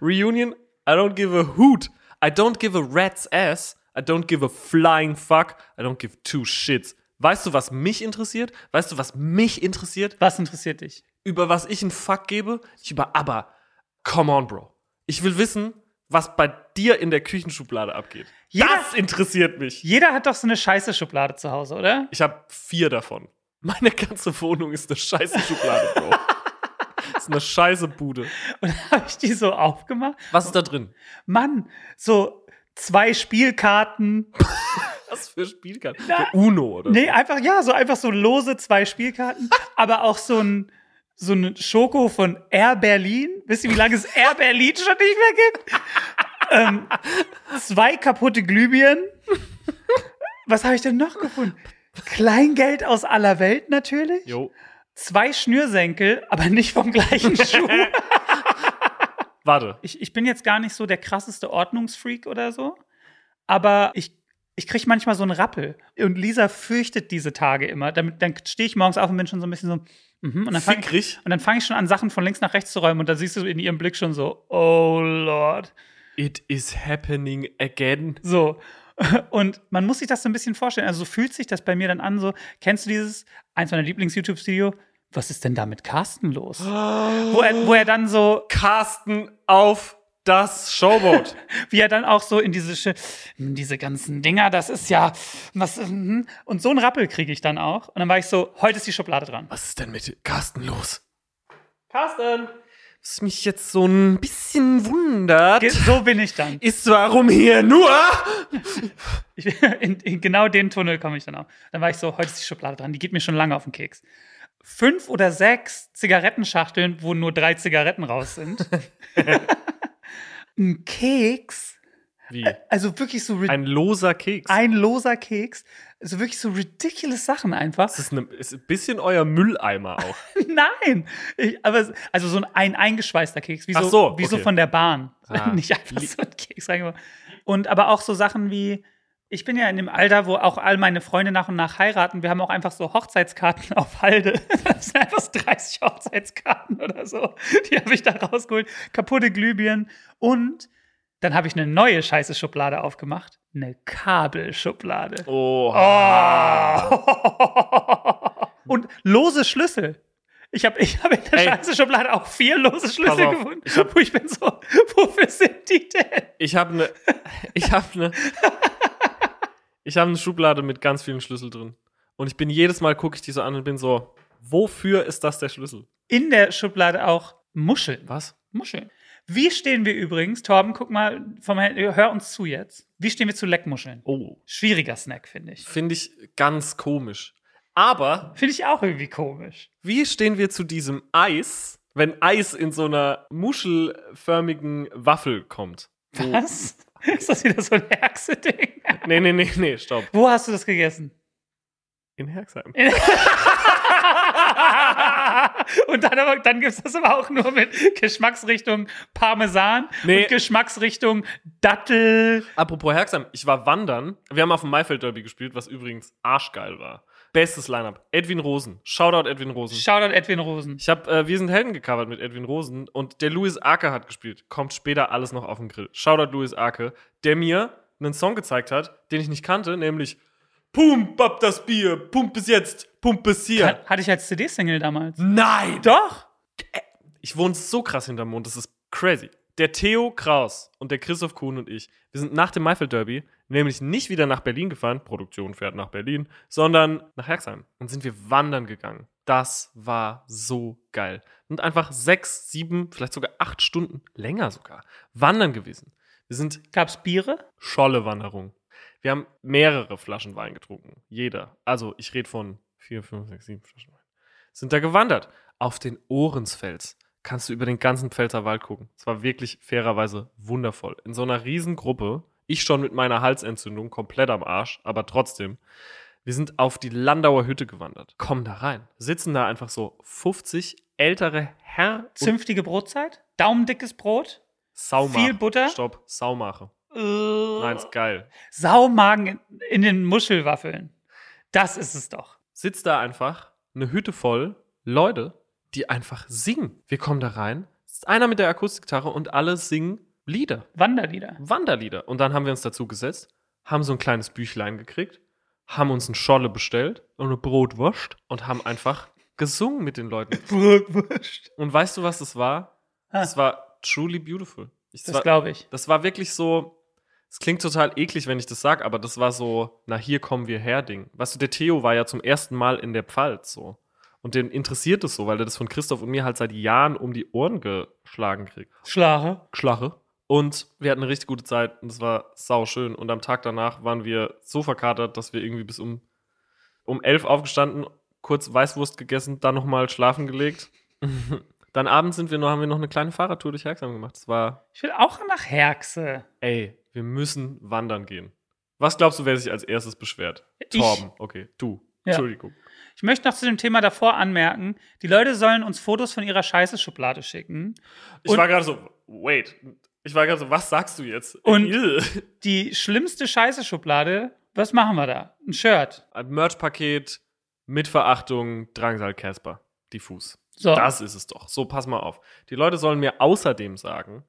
Reunion, I don't give a hoot. I don't give a rat's ass. I don't give a flying fuck. I don't give two shits. Weißt du, was mich interessiert? Weißt du, was mich interessiert? was interessiert dich? Über was ich einen Fuck gebe? Ich über aber. Come on, Bro. Ich will wissen, was bei dir in der Küchenschublade abgeht. Jeder- das interessiert mich. Jeder hat doch so eine scheiße Schublade zu Hause, oder? Ich habe vier davon. Meine ganze Wohnung ist eine scheiße Schublade, Bro. ist eine scheiße Bude. Und habe ich die so aufgemacht? Was ist da drin? Mann, so zwei Spielkarten. Was für Spielkarten? Der Uno, oder? Nee, einfach ja, so einfach so lose zwei Spielkarten, aber auch so ein so ein Schoko von Air Berlin. Wisst ihr, wie lange es Air Berlin schon nicht mehr gibt? ähm, zwei kaputte Glühbirnen. Was habe ich denn noch gefunden? Kleingeld aus aller Welt natürlich. Jo. Zwei Schnürsenkel, aber nicht vom gleichen Schuh. Warte. ich, ich bin jetzt gar nicht so der krasseste Ordnungsfreak oder so, aber ich, ich kriege manchmal so einen Rappel. Und Lisa fürchtet diese Tage immer. Damit, dann stehe ich morgens auf und bin schon so ein bisschen so, mhm, und dann fange ich, Fickrig. und dann fang ich schon an, Sachen von links nach rechts zu räumen. Und da siehst du in ihrem Blick schon so, oh Lord. It is happening again. So. Und man muss sich das so ein bisschen vorstellen. Also so fühlt sich das bei mir dann an. So, kennst du dieses, eins meiner Lieblings-YouTube-Studio? Was ist denn da mit Carsten los? Wo er, wo er dann so, Carsten auf das Showboot. wie er dann auch so in diese, Sch- in diese ganzen Dinger, das ist ja, was, mhm. und so einen Rappel kriege ich dann auch. Und dann war ich so, heute ist die Schublade dran. Was ist denn mit Carsten los? Carsten! Was mich jetzt so ein bisschen wundert, Ge- So bin ich dann. ist, warum hier nur Ich, in, in genau den Tunnel komme ich dann auch. Dann war ich so, heute ist die Schublade dran, die geht mir schon lange auf den Keks. Fünf oder sechs Zigarettenschachteln, wo nur drei Zigaretten raus sind. Ein Keks, Wie? also wirklich so rid- Ein loser Keks. ein loser Keks, also wirklich so ridiculous Sachen einfach. das ist, eine, ist ein bisschen euer Mülleimer auch. Nein, ich, aber es- also so ein, ein eingeschweißter Keks, wie so, Ach so, wie so okay. von der Bahn, Ah. nicht einfach so ein Keks reingemacht. Und aber auch so Sachen wie ich bin ja in dem Alter, wo auch all meine Freunde nach und nach heiraten. Wir haben auch einfach so Hochzeitskarten auf Halde. Das sind einfach so 30 Hochzeitskarten oder so. Die habe ich da rausgeholt. Kaputte Glühbirnen. Und dann habe ich eine neue scheiße Schublade aufgemacht. Eine Kabelschublade. Oha. Oh. Ah. Und lose Schlüssel. Ich habe ich hab in der Ey. scheiße Schublade auch vier lose Schlüssel auf, gefunden. ich hab- wo ich bin so, wofür sind die denn? Ich habe eine. Ich habe eine. Ich habe eine Schublade mit ganz vielen Schlüssel drin. Und ich bin jedes Mal, gucke ich die so an und bin so, wofür ist das der Schlüssel? In der Schublade auch Muscheln. Was? Muscheln. Wie stehen wir übrigens, Torben, guck mal, vom, Handy- hör uns zu jetzt. Wie stehen wir zu Leckmuscheln? Oh. Schwieriger Snack, finde ich. Finde ich ganz komisch. Aber Finde ich auch irgendwie komisch. wie stehen wir zu diesem Eis, wenn Eis in so einer muschelförmigen Waffel kommt? Was? Ist das wieder so ein Herxe-Ding? Nee, nee, nee, nee, stopp. Wo hast du das gegessen? In Herxheim. und dann, aber, dann gibt es das aber auch nur mit Geschmacksrichtung Parmesan Nee. und Geschmacksrichtung Dattel. Apropos Herxheim, ich war wandern. Wir haben auf dem Maifeld Derby gespielt, was übrigens arschgeil war. Bestes Lineup. Edwin Rosen. Shoutout Edwin Rosen. Shoutout Edwin Rosen. Ich habe äh, Wir sind Helden gecovert mit Edwin Rosen und der Louis Arke hat gespielt. Kommt später alles noch auf den Grill. Shoutout Louis Arke, der mir einen Song gezeigt hat, den ich nicht kannte, nämlich Pump ab das Bier, pump es jetzt, pump es hier. Hat- Hatte ich als CD-Single damals. Nein! Äh, Doch. Ich wohne so krass hinterm Mond, das ist crazy. Der Theo Kraus und der Christoph Kuhn und ich, wir sind nach dem Maifeld Derby nämlich nicht wieder nach Berlin gefahren, Produktion fährt nach Berlin, sondern nach Herxheim und sind wir wandern gegangen. Das war so geil. Und einfach sechs, sieben, vielleicht sogar acht Stunden länger sogar wandern gewesen. Wir sind Gab's Biere? Scholle-Wanderung. Wir haben mehrere Flaschen Wein getrunken. Jeder. Also, ich rede von vier, fünf, sechs, sieben Flaschen Wein. Sind da gewandert. Auf den Ohrensfels. Kannst du über den ganzen Pfälzer Wald gucken. Es war wirklich fairerweise wundervoll. In so einer Riesengruppe, ich schon mit meiner Halsentzündung komplett am Arsch, aber trotzdem. Wir sind auf die Landauer Hütte gewandert. Kommen da rein. Sitzen da einfach so 50 ältere Herr und Zünftige Brotzeit? Daumendickes Brot? Saumache. viel Butter? Stopp, Saumache. Äh, Nein, ist geil. Saumagen in, in den Muschelwaffeln. Das ist es doch. sitzt da einfach eine Hütte voll Leute, die einfach singen. Wir kommen da rein, sitzt einer mit der Akustikgitarre und alle singen Lieder, Wanderlieder. Wanderlieder. Und dann haben wir uns dazu gesetzt, haben so ein kleines Büchlein gekriegt, haben uns eine Scholle bestellt und eine Brotwurst und haben einfach gesungen mit den Leuten. Brotwurst. Und weißt du, was das war? Ah. Das war truly beautiful. Ich, das, Das war, glaube ich. das war wirklich so. Es klingt total eklig, wenn ich das sage, aber das war so, na hier kommen wir her, Ding. Weißt du, der Theo war ja zum ersten Mal in der Pfalz so. Und den interessiert es so, weil er das von Christoph und mir halt seit Jahren um die Ohren geschlagen kriegt. Schlache. Schlache. Und wir hatten eine richtig gute Zeit und es war sau schön. Und am Tag danach waren wir so verkatert, dass wir irgendwie bis um, um elf aufgestanden, kurz Weißwurst gegessen, dann nochmal schlafen gelegt. dann abends sind wir noch, haben wir noch eine kleine Fahrradtour durch Herxheim gemacht. Es war Ich will auch nach Herxe. Ey, wir müssen wandern gehen. Was glaubst du, wer sich als erstes beschwert? Ich. Torben. Okay, du. Ja. Entschuldigung. Ich möchte noch zu dem Thema davor anmerken, die Leute sollen uns Fotos von ihrer Scheiße-Schublade schicken. Ich Und- war gerade so, wait. Ich war gerade so, was sagst du jetzt? Und- Ew. Die schlimmste Scheiße-Schublade, was machen wir da? Ein Shirt. ein Merch-Paket mit Verachtung, Drangsal Casper, diffus. So. Das ist es doch. So, pass mal auf. Die Leute sollen mir außerdem sagen,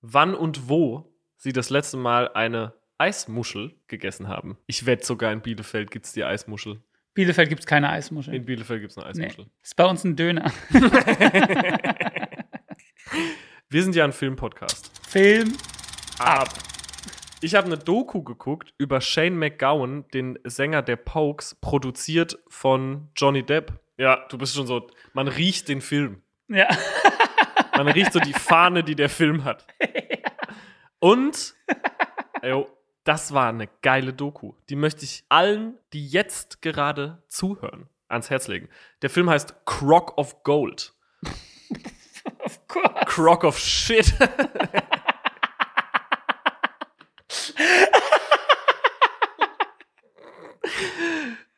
wann und wo sie das letzte Mal eine Eismuschel gegessen haben. Ich wette, sogar in Bielefeld gibt es die Eismuschel. Bielefeld gibt es keine Eismuschel. In Bielefeld gibt es eine Nee. Eismuschel. Ist bei uns ein Döner. Wir sind ja ein Filmpodcast. Film. Ab. Ich habe eine Doku geguckt über Shane McGowan, den Sänger der Pokes, produziert von Johnny Depp. Ja, du bist schon so, man riecht den Film. Ja. Man riecht so die Fahne, die der Film hat. Und, jo, das war eine geile Doku. Die möchte ich allen, die jetzt gerade zuhören, ans Herz legen. Der Film heißt Croc of Gold. Of course. Croc of Shit.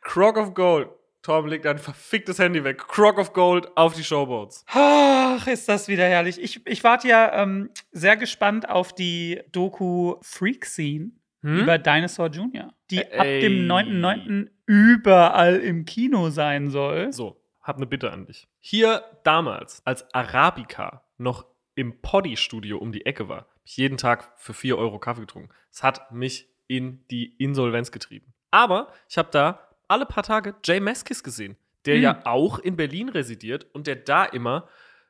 Croc of Gold. Tom legt ein verficktes Handy weg. Croc of Gold auf die Showboats. Ach, ist das wieder herrlich. Ich, ich warte ja ähm, sehr gespannt auf die Doku Freak Scene über Dinosaur Jr., die Ä- ab Hm? ey. dem 9.9. überall im Kino sein soll. So, hab eine Bitte an dich. Hier damals, als Arabica noch im Poddy-Studio um die Ecke war, hab ich jeden Tag für 4 Euro Kaffee getrunken. Es hat mich in die Insolvenz getrieben. Aber ich habe da alle paar Tage Jay Meskis gesehen, der Mhm. ja auch in Berlin residiert und der da immer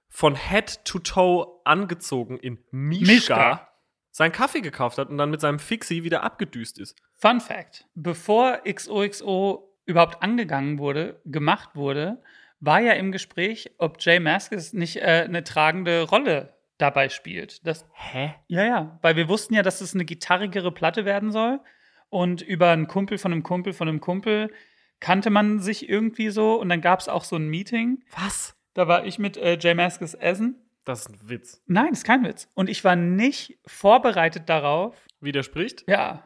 von Head to Toe angezogen in Mischka, Mischka. seinen Kaffee gekauft hat und dann mit seinem Fixie wieder abgedüst ist. Fun Fact: Bevor XOXO überhaupt angegangen wurde, gemacht wurde, war ja im Gespräch, ob Jay Maskis nicht äh, eine tragende Rolle dabei spielt. Das, Hä? ja, ja, weil wir wussten ja, dass es eine gitarrigere Platte werden soll. Und über einen Kumpel von einem Kumpel von einem Kumpel kannte man sich irgendwie so. Und dann gab es auch so ein Meeting. Was? Da war ich mit äh, Jay Maskis essen. Das ist ein Witz. Nein, ist kein Witz. Und ich war nicht vorbereitet darauf. Widerspricht? Ja,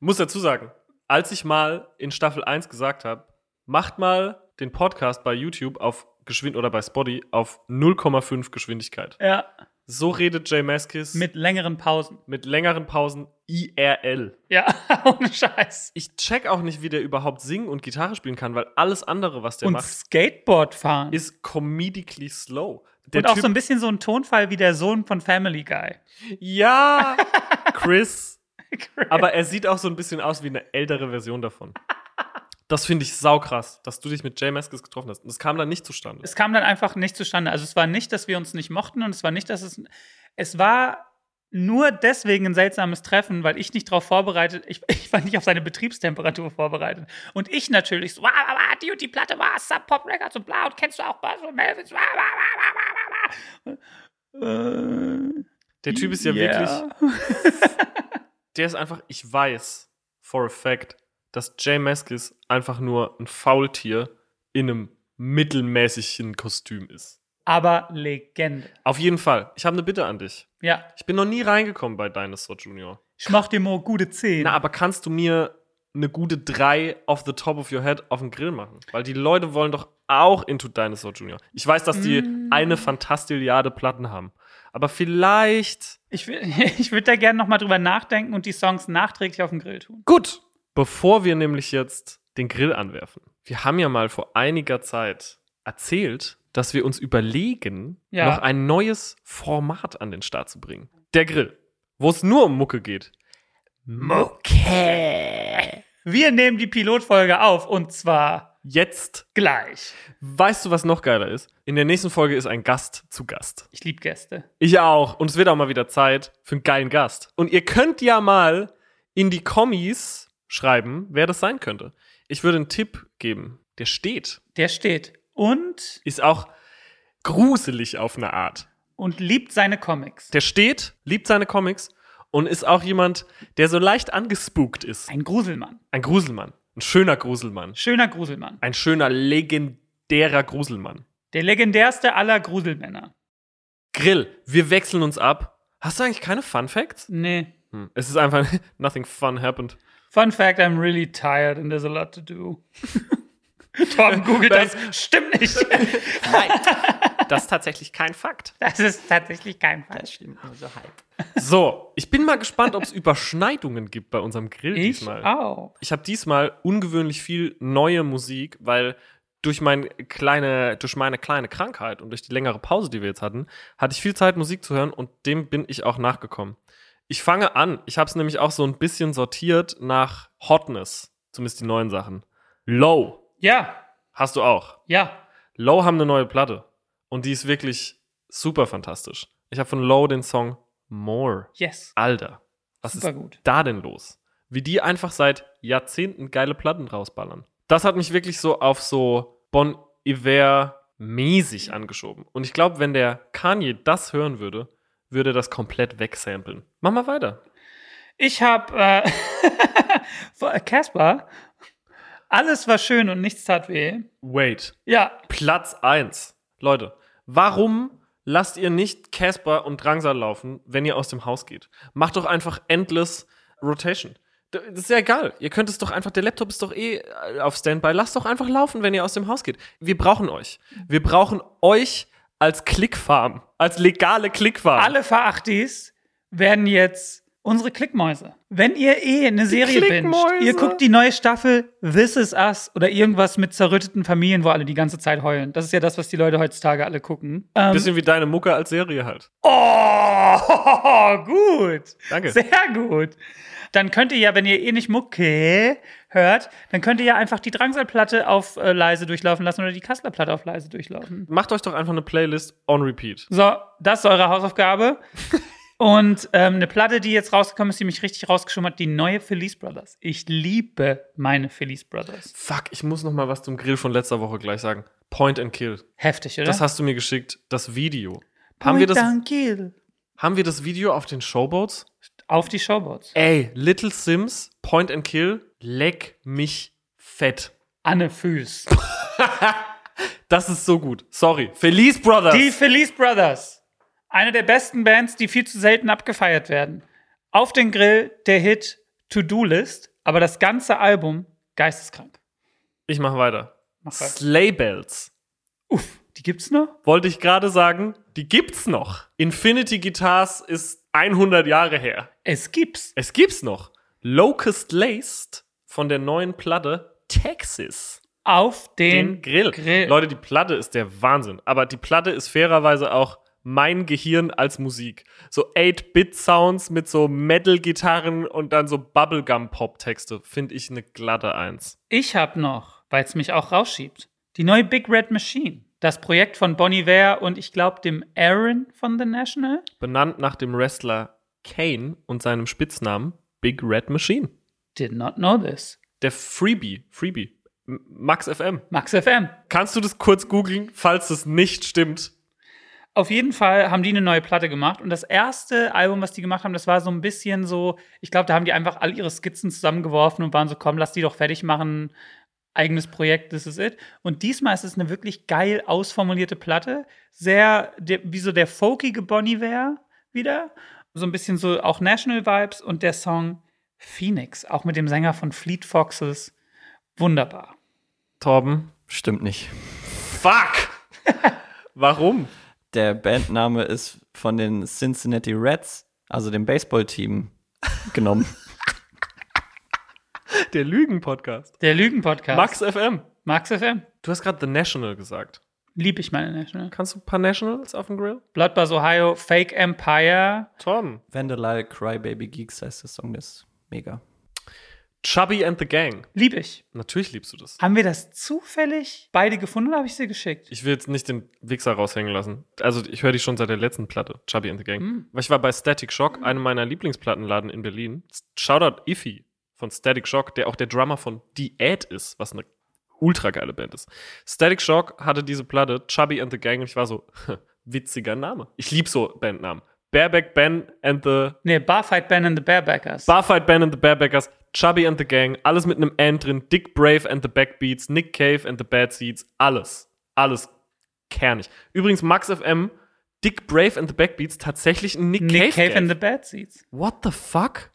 Muss dazu sagen, als ich mal in Staffel 1 gesagt habe, macht mal den Podcast bei YouTube auf Geschwind oder bei Spotty auf 0,5 Geschwindigkeit. ja, So redet Jay Maskis mit längeren Pausen. mit längeren Pausen IRL. Ja, ohne Scheiß. Ich check auch nicht, wie der überhaupt singen und Gitarre spielen kann, weil alles andere, was der und macht, Skateboard fahren. ist comedically slow. Der und auch Typ- so ein bisschen so ein Tonfall wie der Sohn von Family Guy. ja, Chris. Aber er sieht auch so ein bisschen aus wie eine ältere Version davon. Das finde ich saukrass, dass du dich mit Jay Maskis getroffen hast. Und das kam dann nicht zustande. es kam dann einfach nicht zustande. Also es war nicht, dass wir uns nicht mochten und es war nicht, dass es. Es war nur deswegen ein seltsames Treffen, weil ich nicht darauf vorbereitet, ich, ich war nicht auf seine Betriebstemperatur vorbereitet. Und ich natürlich so, wah, wah, wah, die und die Platte war Sub Pop Records und bla und kennst du auch Bass und Melvins, wah, wah, wah, wah, wah, wah. Äh, Der Typ ist ja wirklich. wirklich. der ist einfach, ich weiß for a fact, dass Jay Meskis einfach nur ein Faultier in einem mittelmäßigen Kostüm ist. Aber Legende. Auf jeden Fall, ich habe eine Bitte an dich. Ja. Ich bin noch nie reingekommen bei Dinosaur Junior. Ich mach dir mal gute 10. Na, aber kannst du mir eine gute 3 off the top of your head auf den Grill machen? Weil die Leute wollen doch auch into Dinosaur Junior. Ich weiß, dass die Mm. eine Fantastilliarde Platten haben. Aber vielleicht. ich wü- ich würde da gerne nochmal drüber nachdenken und die Songs nachträglich auf den Grill tun. Gut, bevor wir nämlich jetzt den Grill anwerfen. Wir haben ja mal vor einiger Zeit erzählt, dass wir uns überlegen, Ja. noch ein neues Format an den Start zu bringen. Der Grill, wo es nur um Mucke geht. Okay. Wir nehmen die Pilotfolge auf und zwar Jetzt, gleich. weißt du, was noch geiler ist? In der nächsten Folge ist ein Gast zu Gast. Ich liebe Gäste. Ich auch. Und es wird auch mal wieder Zeit für einen geilen Gast. Und ihr könnt ja mal in die Kommis schreiben, wer das sein könnte. Ich würde einen Tipp geben. Der steht. Der steht und, ist auch gruselig auf eine Art. und liebt seine Comics. Der steht, liebt seine Comics und ist auch jemand, der so leicht angespukt ist. Ein Gruselmann. Ein Gruselmann. Ein schöner Gruselmann. Schöner Gruselmann. Ein schöner, legendärer Gruselmann. Der legendärste aller Gruselmänner. Grill, wir wechseln uns ab. Hast du eigentlich keine Fun Facts? Nee. Hm. Es ist einfach, nothing fun happened. Fun fact, I'm really tired and there's a lot to do. Tom googelt das. Stimmt nicht. Nein, das ist tatsächlich kein Fakt. Das ist tatsächlich kein Falsch. So, ich bin mal gespannt, ob es Überschneidungen gibt bei unserem Grill Ich diesmal. auch. Ich habe diesmal ungewöhnlich viel neue Musik, weil durch, mein kleine, durch meine kleine Krankheit und durch die längere Pause, die wir jetzt hatten, hatte ich viel Zeit, Musik zu hören und dem bin ich auch nachgekommen. Ich fange an. Ich habe es nämlich auch so ein bisschen sortiert nach Hotness. Zumindest die neuen Sachen. Low Ja, hast du auch. ja. Low haben eine neue Platte. Und die ist wirklich super fantastisch. Ich habe von Low den Song More. Yes. Alter, was ist Super gut. da denn los? Wie die einfach seit Jahrzehnten geile Platten rausballern. Das hat mich wirklich so auf so Bon Iver mäßig angeschoben. Und ich glaube, wenn der Kanye das hören würde, würde er das komplett wegsamplen. Mach mal weiter. Ich habe äh, vor- äh, Caspar. Alles war schön und nichts tat weh. Wait. Ja, Platz 1. Leute, warum lasst ihr nicht Casper und Drangsal laufen, wenn ihr aus dem Haus geht? Macht doch einfach endless Rotation. D- Das ist ja egal. Ihr könnt es doch einfach, der Laptop ist doch eh äh, auf Standby. Lasst doch einfach laufen, wenn ihr aus dem Haus geht. Wir brauchen euch. Wir brauchen euch als Klickfarm, als legale Klickfarm. alle Verachtis werden jetzt unsere Klickmäuse. Wenn ihr eh eine Serie bingt, Klickmäuse. ihr guckt die neue Staffel This Is Us oder irgendwas mit zerrütteten Familien, wo alle die ganze Zeit heulen. Das ist ja das, was die Leute heutzutage alle gucken. Ähm, Bisschen wie deine Mucke als Serie halt. oh, gut. Danke. Sehr gut. Dann könnt ihr ja, wenn ihr eh nicht Mucke hört, dann könnt ihr ja einfach die Drangsalplatte auf äh, leise durchlaufen lassen oder die Kasslerplatte auf leise durchlaufen. Macht euch doch einfach eine Playlist on repeat. So, das ist eure Hausaufgabe. Und ähm, eine Platte, die jetzt rausgekommen ist, die mich richtig rausgeschoben hat, die neue Felice Brothers. Ich liebe meine Felice Brothers. Fuck, ich muss noch mal was zum Grill von letzter Woche gleich sagen. Point and Kill. Heftig, oder? Das hast du mir geschickt, das Video. Haben wir, das, Danke. haben wir das Video auf den Showboats? Auf die Showboards. Ey, Little Sims, Point and Kill, leck mich fett. Anne Füß. Das ist so gut. Sorry. Feliz Brothers. Die Felice Brothers. Eine der besten Bands, die viel zu selten abgefeiert werden. Auf den Grill der Hit To-Do List, aber das ganze Album geisteskrank. ich mach weiter. Mach weiter. Sleigh Bells. Uff, die gibt's noch? Wollte ich gerade sagen, die gibt's noch. Infinity Guitars ist 100 Jahre her. Es gibt's. Es gibt's noch. Locust Laced von der neuen Platte Texas. Auf den den, Grill. Grill. Leute, die Platte ist der Wahnsinn. Aber die Platte ist fairerweise auch mein Gehirn als Musik. So 8-Bit-Sounds mit so Metal-Gitarren und dann so Bubblegum-Pop-Texte finde ich eine glatte Eins. Ich hab noch, weil's mich auch rausschiebt, die neue Big Red Machine. Das Projekt von Bonnie Ware und ich glaube dem Aaron von The National. Benannt nach dem Wrestler Kane und seinem Spitznamen Big Red Machine. Did not know this. Der Freebie, Freebie, M- Max FM. Max FM. Kannst du das kurz googeln, falls es nicht stimmt? Auf jeden Fall haben die eine neue Platte gemacht und das erste Album, was die gemacht haben, das war so ein bisschen so, ich glaube, da haben die einfach all ihre Skizzen zusammengeworfen und waren so, komm, lass die doch fertig machen, eigenes Projekt, this is it. Und diesmal ist es eine wirklich geil ausformulierte Platte, sehr der, wie so der folkige Bonnie Ware wieder, so ein bisschen so auch National Vibes und der Song Phoenix, auch mit dem Sänger von Fleet Foxes, wunderbar. Torben. Stimmt nicht. Fuck! Warum? Der Bandname ist von den Cincinnati Reds, also dem Baseballteam, genommen. Der Lügen-Podcast. Der Lügen-Podcast. Max FM. Max FM. Du hast gerade The National gesagt. Lieb ich meine National. Kannst du ein paar Nationals auf dem Grill? Bloodbath Ohio, Fake Empire. Tom. Vandalay Crybaby Geeks heißt der Song, der ist mega. Chubby and the Gang. Lieb ich. Natürlich liebst du das. Haben wir das zufällig beide gefunden oder habe ich sie geschickt? Ich will jetzt nicht den Wichser raushängen lassen. Also, ich höre die schon seit der letzten Platte, Chubby and the Gang. Weil ich war bei Static Shock, einem meiner Lieblingsplattenladen in Berlin. Shoutout Iffy von Static Shock, der auch der Drummer von Diät ist, was eine ultra geile Band ist. Static Shock hatte diese Platte, Chubby and the Gang, und ich war so, witziger Name. Ich liebe so Bandnamen. Bareback Ben and the Nee, Barfight Band and the Barebackers. Barfight Band and the Barebackers, Chubby and the Gang, alles mit einem N drin, Dick Brave and the Backbeats, Nick Cave and the Bad Seeds, alles. Alles kernig. Übrigens, Max FM, Dick Brave and the Backbeats, tatsächlich ein Nick, Nick Cave, Cave. and the Bad Seeds. What the fuck?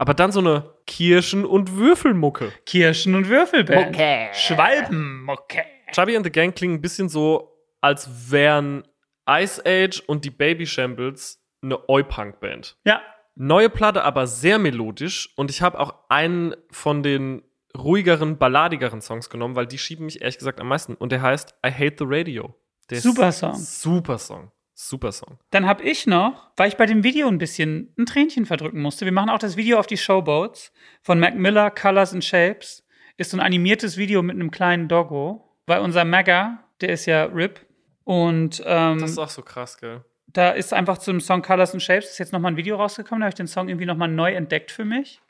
Aber dann so eine Kirschen- und Würfelmucke. Kirschen- und Würfelband. Okay. Schwalben. Okay. Chubby and the Gang klingen ein bisschen so, als wären Ice Age und die Baby Shambles eine Oi-Punk-Band. Ja, Neue Platte aber sehr melodisch und ich habe auch einen von den ruhigeren, balladigeren Songs genommen, weil die schieben mich ehrlich gesagt am meisten. Und der heißt I Hate the Radio. Der ist super Song. Super Song. Super Song. Dann habe ich noch, weil ich bei dem Video ein bisschen ein Tränchen verdrücken musste. Wir machen auch das Video auf die Showboats von Mac Miller, Colors and Shapes. Ist so ein animiertes Video mit einem kleinen Doggo. Weil unser Magger, der ist ja RIP. Und ähm, Das ist auch so krass, gell? da ist einfach zum Song Colors and Shapes ist jetzt nochmal ein Video rausgekommen. Da habe ich den Song irgendwie nochmal neu entdeckt für mich.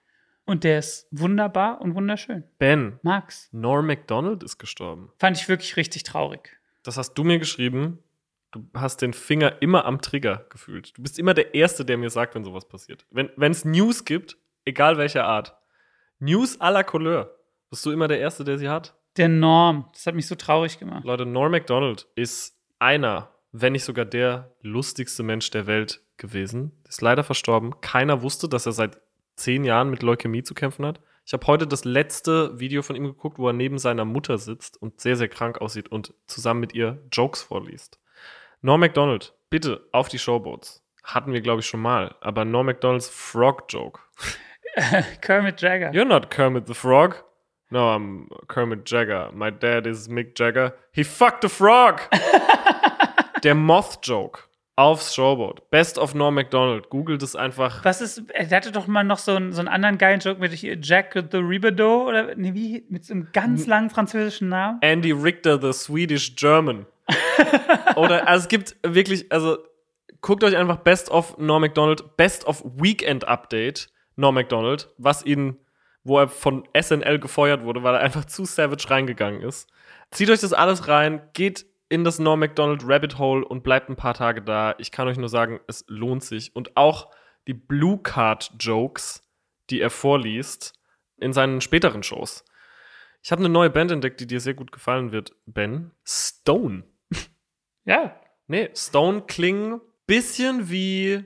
Und der ist wunderbar und wunderschön. Ben, Max. Norm MacDonald ist gestorben. Fand ich wirklich richtig traurig. Das hast du mir geschrieben. Du hast den Finger immer am Trigger gefühlt. Du bist immer der Erste, der mir sagt, wenn sowas passiert. Wenn es News gibt, egal welcher Art, News à la Couleur, bist du immer der Erste, der sie hat. Der Norm, das hat mich so traurig gemacht. Leute, Norm MacDonald ist einer, wenn nicht sogar der lustigste Mensch der Welt gewesen. Ist leider verstorben. Keiner wusste, dass er seit zehn Jahren mit Leukämie zu kämpfen hat. Ich habe heute das letzte Video von ihm geguckt, wo er neben seiner Mutter sitzt und sehr, sehr krank aussieht und zusammen mit ihr Jokes vorliest. Norm MacDonald, bitte auf die Showboats. Hatten wir, glaube ich, schon mal. Aber Norm MacDonalds Frog Joke. Kermit Jagger. You're not Kermit the Frog. No, I'm Kermit Jagger. My dad is Mick Jagger. He fucked a frog. Der Moth Joke aufs Showboat. Best of Norm Macdonald. Googelt es einfach. Was ist, er hatte doch mal noch so einen, so einen anderen geilen Joke mit Jack the Ribido oder nee, wie, mit so einem ganz langen französischen Namen. Andy Richter, the Swedish German. Oder also es gibt wirklich, also guckt euch einfach Best of Norm Macdonald, Best of Weekend Update Norm Macdonald, was ihn, wo er von SNL gefeuert wurde, weil er einfach zu savage reingegangen ist. Zieht euch das alles rein, geht in das Norm Macdonald Rabbit Hole und bleibt ein paar Tage da. Ich kann euch nur sagen, es lohnt sich. Und auch die Blue Card Jokes, die er vorliest in seinen späteren Shows. Ich habe eine neue Band entdeckt, die dir sehr gut gefallen wird, Ben. Stone. Ja, Nee, Stone klingen bisschen wie.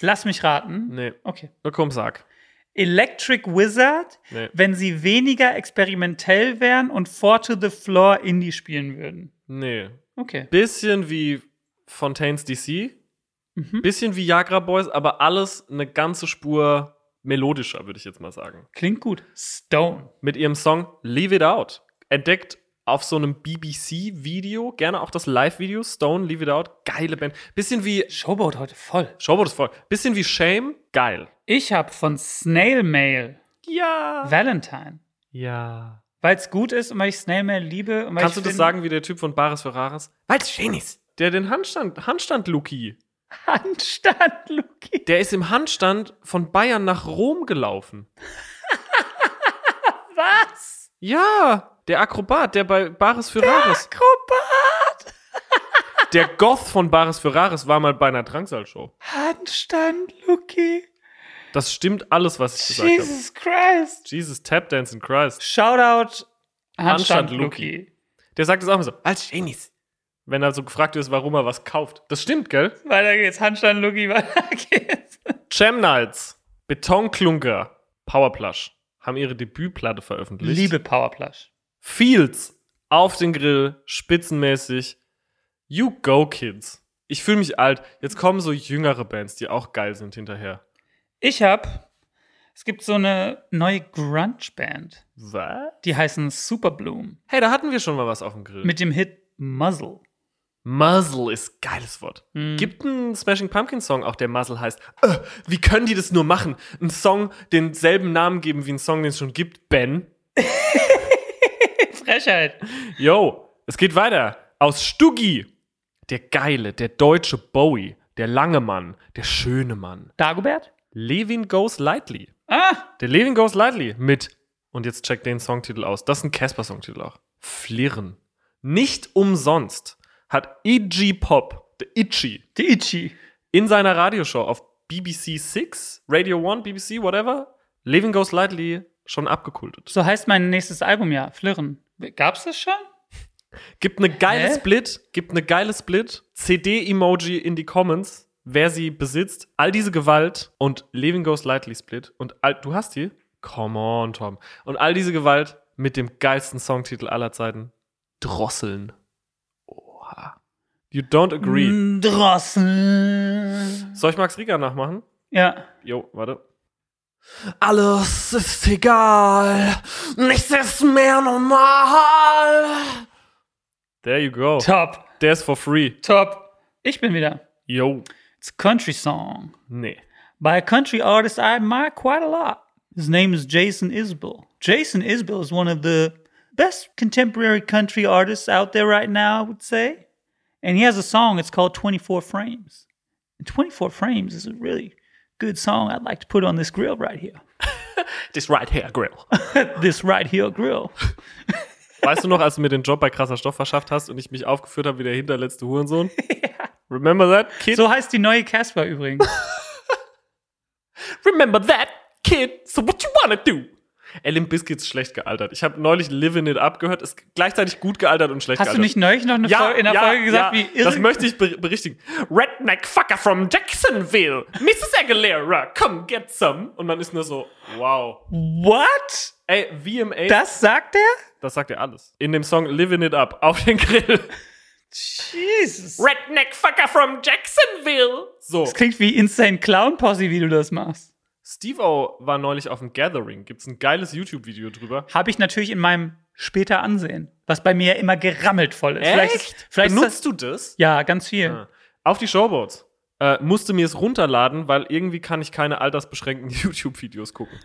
lass mich raten. Nee, Okay. nur komm, sag. Electric Wizard, Nee. wenn sie weniger experimentell wären und Four to the Floor Indie spielen würden. Nee. Okay. Bisschen wie Fontaines DC. Mhm. Bisschen wie Jagra Boys, aber alles eine ganze Spur melodischer, würde ich jetzt mal sagen. Klingt gut. Stone. Mit ihrem Song Leave It Out. Entdeckt auf so einem BBC-Video, gerne auch das Live-Video, Stone, Leave It Out. Geile Band. Bisschen wie. Showboat heute voll. Showboat ist voll. Bisschen wie Shame. Geil. Ich habe von Snail Mail Ja. Valentine. Ja. Weil es gut ist und weil ich Snail Mail liebe. Und weil Kannst du ich das find- sagen wie der Typ von Bares Ferraris? Weil es schön ist. Der den Handstand, Handstand-Luki, Handstand, Luki. der ist im Handstand von Bayern nach Rom gelaufen. Was? Ja, der Akrobat, der bei Bares Ferraris. Akrobat! Der Goth von Bares Ferraris war mal bei einer Drangsal-Show. Handstand, Luki. Das stimmt alles, was ich gesagt habe. Jesus Christ. Jesus, Tap Dance in Christ. Shoutout Handstand, Handstand, Luki. Luki. Der sagt es auch immer so, als Genies. Wenn er so gefragt wird, warum er was kauft. Das stimmt, gell? Weiter geht's. Handstand, Luki. Weiter geht's. Jam Nights, Betonklunker, Powerplush haben ihre Debütplatte veröffentlicht. Liebe Powerplush. Fields auf den Grill, spitzenmäßig. You go, Kids. Ich fühle mich alt. Jetzt kommen so jüngere Bands, die auch geil sind hinterher. Ich hab. Es gibt so eine neue Grunge-Band. Was? Die heißen Superbloom. Hey, da hatten wir schon mal was auf dem Grill. Mit dem Hit Muzzle. Muzzle ist geiles Wort. Mhm. Gibt einen Smashing Pumpkins Song auch, der Muzzle heißt. Äh, wie können die das nur machen? Einen Song denselben Namen geben wie einen Song, den es schon gibt, Ben. Frechheit. Yo, es geht weiter. Aus Stuggi. Der geile, der deutsche Bowie, der lange Mann, der schöne Mann. Dagobert? Levin Goes Lightly. Ah! Der Levin Goes Lightly mit. Und jetzt check den Songtitel aus. Das ist ein Casper-Songtitel auch. Flirren. Nicht umsonst hat E.G. Pop, der Itchy, Die Itchy. in seiner Radioshow auf BBC 6, Radio 1, BBC, whatever, Levin Goes Lightly schon abgekultet. So heißt mein nächstes Album ja. Flirren. Gab's das schon? Gibt eine geile Hä? Split, gibt eine geile Split, CD-Emoji in die Comments, wer sie besitzt, all diese Gewalt und Living Goes Lightly Split und all, du hast die? Come on, Tom. Und all diese Gewalt mit dem geilsten Songtitel aller Zeiten, Drosseln. Oha. You don't agree. Mm, Drossel. Soll ich Max Rieger nachmachen? Ja. Jo, warte. Alles ist egal, nichts ist mehr normal. There you go. Top. Der ist for free. Top. Ich bin wieder. Yo. It's a country song Nee. by a country artist I admire quite a lot. His name is Jason Isbell. Jason Isbell is one of the best contemporary country artists out there right now, I would say. And he has a song, it's called 24 Frames. And 24 Frames is a really good song I'd like to put on this grill right here. This right here grill. This right here grill. Weißt du noch, als du mir den Job bei krasser Stoff verschafft hast und ich mich aufgeführt habe wie der hinterletzte Hurensohn? Remember that, kid? So heißt die neue Casper übrigens. Remember that, kid? So what you wanna do? Ey, Limp Bizkit ist schlecht gealtert. Ich habe neulich Livin' It Up gehört. Ist gleichzeitig gut gealtert und schlecht Hast du gealtert. nicht neulich noch eine Folge, in der Folge gesagt, ja, wie irre Das möchte ich ber- berichtigen. Redneck Fucker from Jacksonville. Mrs. Aguilera, come get some. Und man ist nur so, wow. What? Ey, VMA, das, Das sagt er? das sagt ja alles. In dem Song Livin' It Up, auf den Grill. Jesus. Redneck Fucker from Jacksonville. So. Das klingt wie Insane Clown Posse, wie du das machst. Steve-O war neulich auf dem Gathering. Gibt's ein geiles YouTube-Video drüber. Habe ich natürlich in meinem später Ansehen, was bei mir immer gerammelt voll ist. Vielleicht, ist- vielleicht ist das, Benutzt du das? Ja, ganz viel. Ah. Auf die Showboats. Äh, musste mir es runterladen, weil irgendwie kann ich keine altersbeschränkten YouTube-Videos gucken.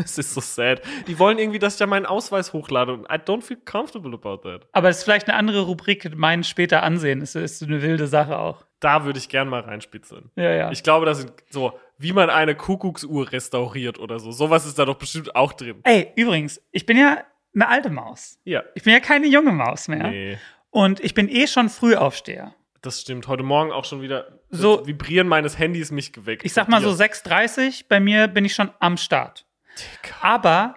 Es ist so sad. Die wollen irgendwie, dass ich ja meinen Ausweis hochlade und I don't feel comfortable about that. Aber es ist vielleicht eine andere Rubrik, mein später Ansehen. Das ist eine wilde Sache auch. Da würde ich gern mal reinspitzeln. Ja, ja. Ich glaube, das sind so, wie man eine Kuckucksuhr restauriert oder so. Sowas ist da doch bestimmt auch drin. Ey, übrigens, ich bin ja eine alte Maus. Ja. Ich bin ja keine junge Maus mehr. Nee, Und ich bin eh schon Frühaufsteher. das stimmt. Heute Morgen auch schon wieder das So- Vibrieren meines Handys mich geweckt. Ich sag mal so Dir. 6.30, bei mir bin ich schon am Start. Aber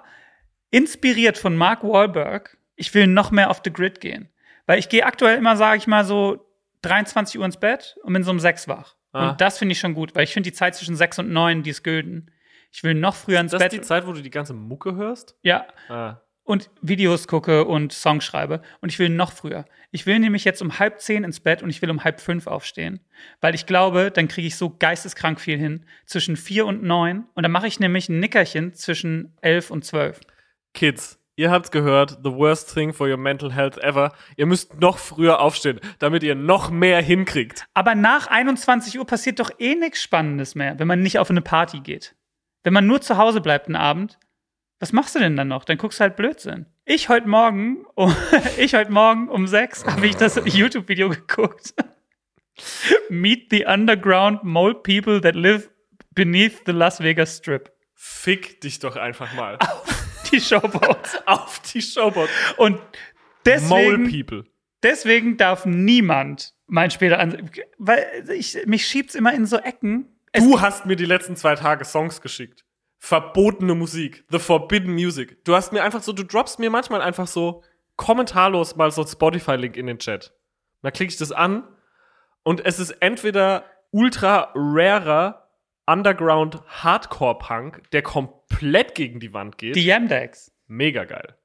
inspiriert von Mark Wahlberg, ich will noch mehr auf the grid gehen. Weil ich gehe aktuell immer, sage ich mal, so 23 Uhr ins Bett und bin so um 6 wach. Ah. Und das finde ich schon gut, weil ich finde die Zeit zwischen 6 und 9, die ist gülden. Ich will noch früher ins Das ist Bett. die Zeit, wo du die ganze Mucke hörst? ja. Ah. Und Videos gucke und Songs schreibe. Und ich will noch früher. Ich will nämlich jetzt um halb zehn ins Bett und ich will um halb fünf aufstehen. Weil ich glaube, dann kriege ich so geisteskrank viel hin. Zwischen vier und neun. Und dann mache ich nämlich ein Nickerchen zwischen elf und zwölf. Kids, ihr habt's gehört, the worst thing for your mental health ever. Ihr müsst noch früher aufstehen, damit ihr noch mehr hinkriegt. Aber nach 21 Uhr passiert doch eh nichts Spannendes mehr, wenn man nicht auf eine Party geht. Wenn man nur zu Hause bleibt einen Abend, was machst du denn dann noch? Dann guckst du halt Blödsinn. Ich heute Morgen, um, ich heute Morgen um sechs habe ich das YouTube-Video geguckt. Meet the underground mole people that live beneath the Las Vegas Strip. Fick dich doch einfach mal Die Showboats. auf die Showboard. Und Mole deswegen, People. deswegen darf niemand mein später an, weil ich, mich schiebt's immer in so Ecken. Es Du hast mir die letzten zwei Tage Songs geschickt. Verbotene Musik, the forbidden music. Du hast mir einfach so, du droppst mir manchmal einfach so kommentarlos mal so einen Spotify-Link in den Chat. Und dann klicke ich das an und es ist entweder ultra rarer Underground Hardcore Punk, der komplett gegen die Wand geht. Die Yamdex. Mega geil.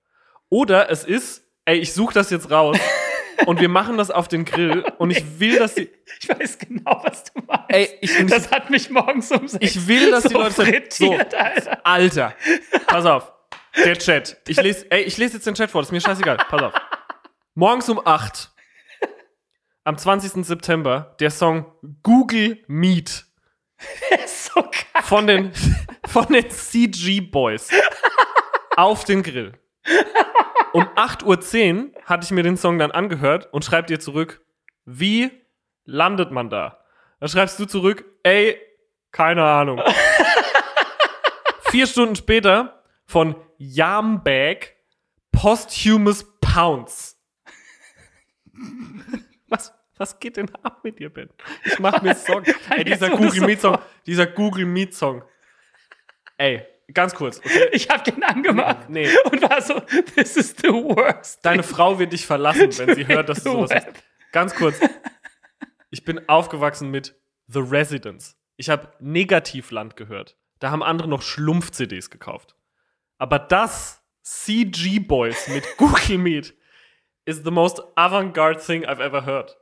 Oder es ist, ey, ich suche das jetzt raus und wir machen das auf den Grill und ich will, dass die, Ich weiß genau, was du meinst. Ey, ich- das hat mich morgens um sechs Ich will, dass so die Leute frittiert, so, Alter. Alter. Pass auf. Der Chat. Ich lese ey, ich lese jetzt den Chat vor, das ist mir scheißegal. Pass auf. Morgens um 8 am 20. September der Song Google Meet Der ist so geil. von den von den CG Boys auf den Grill. Um 8:10 Uhr hatte ich mir den Song dann angehört und schreibt dir zurück, wie landet man da? Dann schreibst du zurück, ey, keine Ahnung. Vier Stunden später von Yambag Posthumous Pounce. Was, was geht denn ab mit dir, Ben? Ich mach mir Sorgen. Ey, mir dieser wurde Google so Meet Song, dieser Google Meet Song. Ey, ganz kurz. Okay? Ich hab den angemacht Nee, und war so, this is the worst. deine Frau wird dich verlassen, wenn sie Straight hört, dass du to sowas hast. web. Ganz kurz. Ich bin aufgewachsen mit The Residents. Ich habe Negativland gehört. Da haben andere noch Schlumpf-CDs gekauft. Aber das CG Boys mit Google Meet is the most avant-garde thing I've ever heard.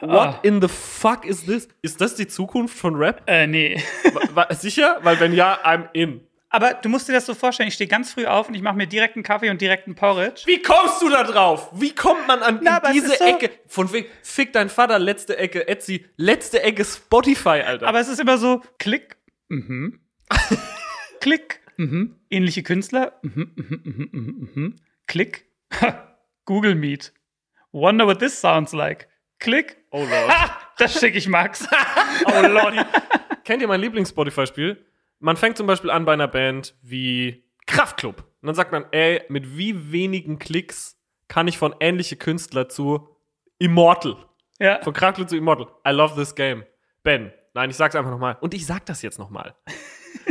What Ah. in the fuck is this? Ist das die Zukunft von Rap? Äh, nee. Wa- wa- Sicher? Weil wenn ja, I'm in. Aber du musst dir das so vorstellen, ich stehe ganz früh auf und ich mache mir direkt einen Kaffee und direkt einen Porridge. Wie kommst du da drauf? Wie kommt man an Na, aber es diese ist so- Ecke? Von wegen, fick dein Vater, letzte Ecke Etsy, letzte Ecke Spotify, Alter. Aber es ist immer so, klick, mhm. klick, mhm. Ähnliche Künstler, mhm, mhm, mhm, mhm, mhm. Klick, Google Meet. Wonder what this sounds like. Klick, oh Lord. ah, das schicke ich Max. Oh Lordi. Kennt ihr mein Lieblings-Spotify-Spiel? Man fängt zum Beispiel an bei einer Band wie Kraftklub. Und dann sagt man, ey, mit wie wenigen Klicks kann ich von ähnliche Künstler zu Immortal. ja. Von Kraftklub zu Immortal. I love this game. Ben. Nein, ich sag's einfach nochmal. Und ich sag das jetzt nochmal.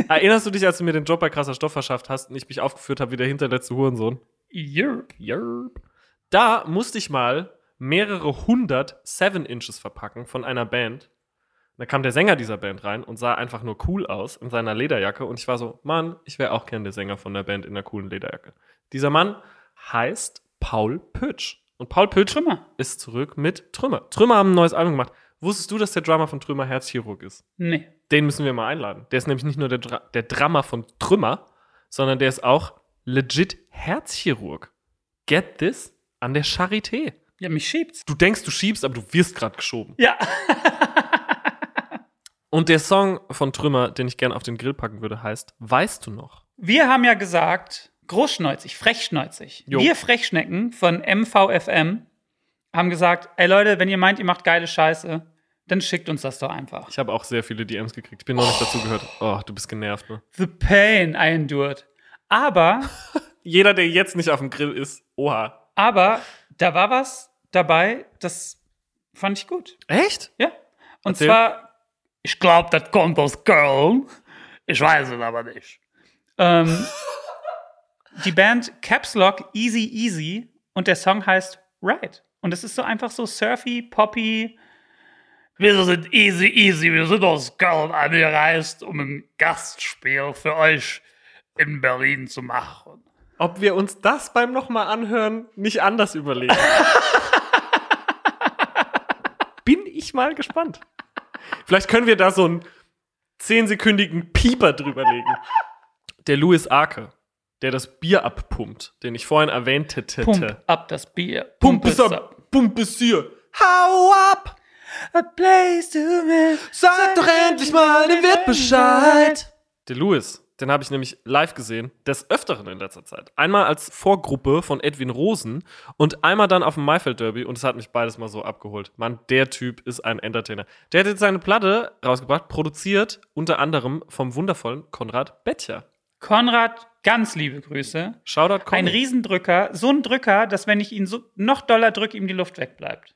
Erinnerst du dich, als du mir den Job bei krasser Stoff verschafft hast und ich mich aufgeführt habe wie der hinterletzte Hurensohn? Yeah. Yerp. Da musste ich mal mehrere hundert Seven Inches verpacken von einer Band. Und da kam der Sänger dieser Band rein und sah einfach nur cool aus in seiner Lederjacke. Und ich war so, Mann, ich wäre auch gern der Sänger von der Band in der coolen Lederjacke. Dieser Mann heißt Paul Pötsch. Und Paul Pötsch Trümmer. ist zurück mit Trümmer. Trümmer haben ein neues Album gemacht. Wusstest du, dass der Drummer von Trümmer Herzchirurg ist? Nee. Den müssen wir mal einladen. Der ist nämlich nicht nur der, Dra der Drummer von Trümmer, sondern der ist auch legit Herzchirurg. Get this? An der Charité. Ja, mich schiebt's. Du denkst, du schiebst, aber du wirst gerade geschoben. Ja. Und der Song von Trümmer, den ich gerne auf den Grill packen würde, heißt Weißt du noch? Wir haben ja gesagt, großschneuzig, frechschneuzig. Jo. Wir Frechschnecken von MVFM haben gesagt, ey Leute, wenn ihr meint, ihr macht geile Scheiße, dann schickt uns das doch einfach. Ich habe auch sehr viele DMs gekriegt. Ich bin noch nicht dazu gehört. Oh, du bist genervt, ne? The pain I endured. Aber, Jeder, der jetzt nicht auf dem Grill ist, oha. aber, da war was dabei, das fand ich gut. Echt? Ja. Und Erzähl. zwar, ich glaube, das kommt aus Köln. Ich weiß es aber nicht. Ähm, die Band Caps Lock Easy Easy und der Song heißt Ride. Und es ist so einfach so surfy, poppy. Wir sind easy, easy. Wir sind aus Köln angereist, um ein Gastspiel für euch in Berlin zu machen. Ob wir uns das beim nochmal anhören nicht anders überlegen. Bin ich mal gespannt. Vielleicht können wir da so einen zehnsekündigen Pieper drüberlegen. Der Louis Arke, der das Bier abpumpt, den ich vorhin erwähnt hätte. Pump ab das Bier. Pump es ab, pump es hier. Hau ab, A place to live. sag doch endlich mal dem Wirt Bescheid. Der Louis, den habe ich nämlich live gesehen, des Öfteren in letzter Zeit. Einmal als Vorgruppe von Edwin Rosen und einmal dann auf dem Maifeld Derby und es hat mich beides mal so abgeholt. Mann, der Typ ist ein Entertainer. Der hat jetzt seine Platte rausgebracht, produziert unter anderem vom wundervollen Konrad Bettcher. Konrad, ganz liebe Grüße. Shoutout Ein Konrad. Riesendrücker, so ein Drücker, dass wenn ich ihn so noch doller drücke, ihm die Luft wegbleibt.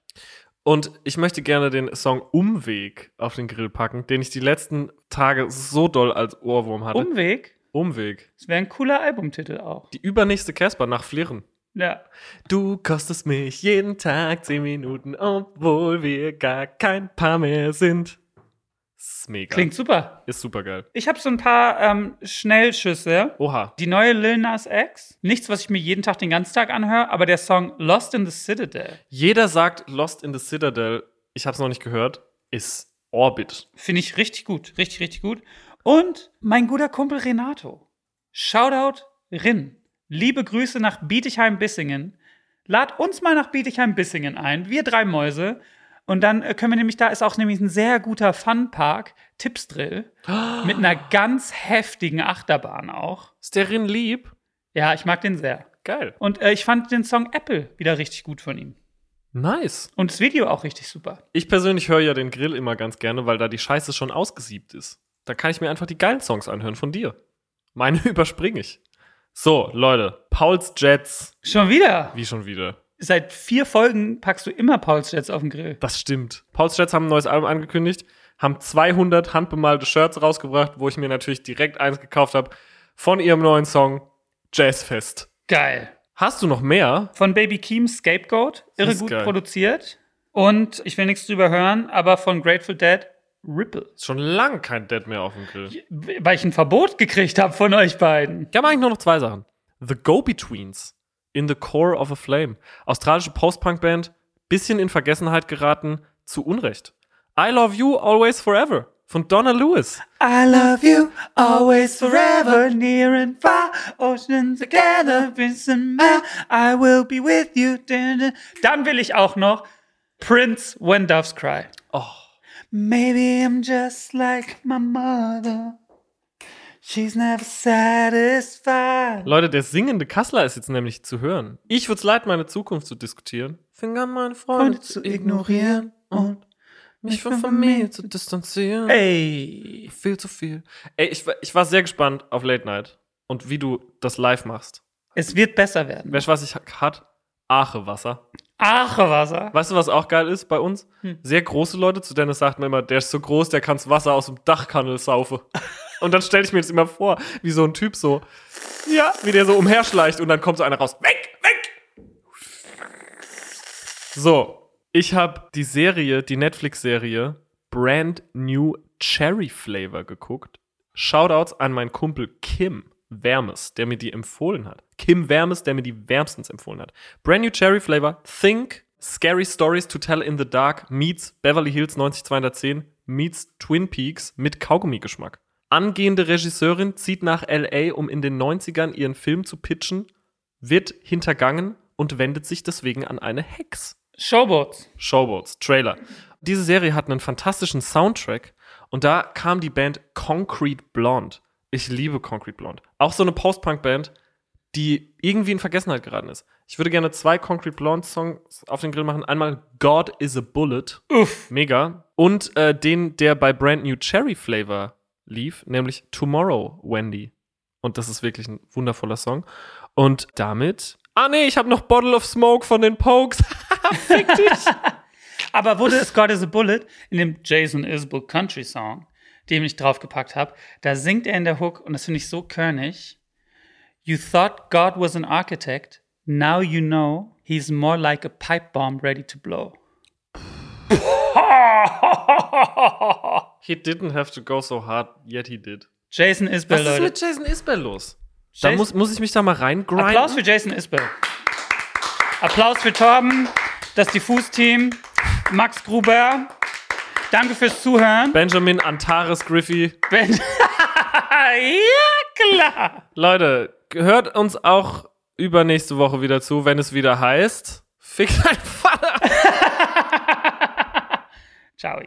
Und ich möchte gerne den Song Umweg auf den Grill packen, den ich die letzten Tage so doll als Ohrwurm hatte. Umweg, Umweg. das wäre ein cooler Albumtitel auch. Die übernächste Casper nach Flirren. Ja. Du kostest mich jeden Tag 10 Minuten, obwohl wir gar kein Paar mehr sind. Das ist mega. Klingt super. Ist super geil. Ich habe so ein paar ähm, Schnellschüsse. Oha. Die neue Lil Nas X, nichts, was ich mir jeden Tag den ganzen Tag anhöre, aber der Song Lost in the Citadel Jeder sagt Lost in the Citadel, ich hab's noch nicht gehört, ist Orbit. finde ich richtig gut, richtig, richtig gut. Und mein guter Kumpel Renato. Shoutout Rin. Liebe Grüße nach Bietigheim-Bissingen. Lad uns mal nach Bietigheim-Bissingen ein. Wir drei Mäuse. Und dann äh, können wir nämlich, da ist auch nämlich ein sehr guter Funpark, Tippsdrill, mit einer ganz heftigen Achterbahn auch. Ist der Rin lieb? Ja, ich mag den sehr. Geil. Und äh, ich fand den Song Apple wieder richtig gut von ihm. Nice. Und das Video auch richtig super. Ich persönlich höre ja den Grill immer ganz gerne, weil da die Scheiße schon ausgesiebt ist. Da kann ich mir einfach die geilen Songs anhören von dir. Meine überspringe ich. So, Leute, Pauls Jets, Schon wieder. wie schon wieder. Seit vier Folgen packst du immer Pauls Jets auf den Grill. Das stimmt. Pauls Jets haben ein neues Album angekündigt, haben 200 handbemalte Shirts rausgebracht, wo ich mir natürlich direkt eins gekauft habe von ihrem neuen Song Jazzfest. Geil. Hast du noch mehr? Von Baby Keem Scapegoat, irre ist gut geil. produziert. Und ich will nichts drüber hören, aber von Grateful Dead Ripple. Ist schon lang kein Dead mehr auf dem Grill. Weil ich ein Verbot gekriegt habe von euch beiden. Ich habe eigentlich nur noch zwei Sachen. The Go-Betweens, In the Core of a Flame. Australische Post-Punk-Band, bisschen in Vergessenheit geraten, zu Unrecht. I Love You Always Forever. von Donna Lewis. I love you always forever, near and far, ocean together, Vincent Mare, I will be with you. Dann will ich auch noch Prince When Doves Cry. Oh. Maybe I'm just like my mother. She's never satisfied. Leute, der singende Kassler ist jetzt nämlich zu hören. Ich würde es leid, meine Zukunft zu diskutieren. Fing an, meine Freunde zu ignorieren und mich von Familie zu distanzieren. Ey. Viel zu viel. Ey, ich, war- ich war sehr gespannt auf Late Night und wie du das live machst. Es wird besser werden. Weißt du, was ich ha- hat? Aache Wasser. Ache Wasser. Weißt du, was auch geil ist bei uns? Hm. Sehr große Leute, zu denen sagt man immer, der ist so groß, der kanns Wasser aus dem Dachkannel saufe. Und dann stelle ich mir jetzt immer vor, wie so ein Typ so, ja, wie der so umherschleicht und dann kommt so einer raus. Weg, weg! So, ich habe die Serie, die Netflix-Serie Brand New Cherry Flavor geguckt. Shoutouts an meinen Kumpel Kim Wermes, der mir die empfohlen hat. Kim Wermes, der mir die wärmstens empfohlen hat. Brand New Cherry Flavor, Think, Scary Stories to Tell in the Dark meets Beverly Hills 90210 meets Twin Peaks mit Kaugummi-Geschmack. Angehende Regisseurin zieht nach L.A., um in den 90ern ihren Film zu pitchen, wird hintergangen und wendet sich deswegen an eine Hex. Showboats. Showboats, Trailer. Diese Serie hat einen fantastischen Soundtrack und da kam die Band Concrete Blonde. Ich liebe Concrete Blonde. Auch so eine Post-Punk-Band, die irgendwie in Vergessenheit geraten ist. Ich würde gerne zwei Concrete Blonde-Songs auf den Grill machen. Einmal God is a Bullet. Uff. Mega. Und äh, den, der bei Brand New Cherry Flavor lief, nämlich Tomorrow Wendy. Und das ist wirklich ein wundervoller Song. Und damit. Ah, nee, ich habe noch Bottle of Smoke von den Pokes. Fick dich. Aber wurde es God is a Bullet in dem Jason Isbell Country Song, den ich draufgepackt habe, da singt er in der Hook und das finde ich so körnig. You thought God was an architect, now you know he's more like a pipe bomb ready to blow. He didn't have to go so hard, yet he did. Jason Was Isbell, ist Leute. mit Jason Isbell los? Da Jason- muss, muss ich mich da mal reingrinden. Applaus für Jason Isbell. Applaus für Torben, das Diffus-Team, Max Gruber. Danke fürs Zuhören. Benjamin Antares Griffey. Ben ja, klar. Leute, hört uns auch übernächste Woche wieder zu, wenn es wieder heißt. Fick dein Vater. Ciao.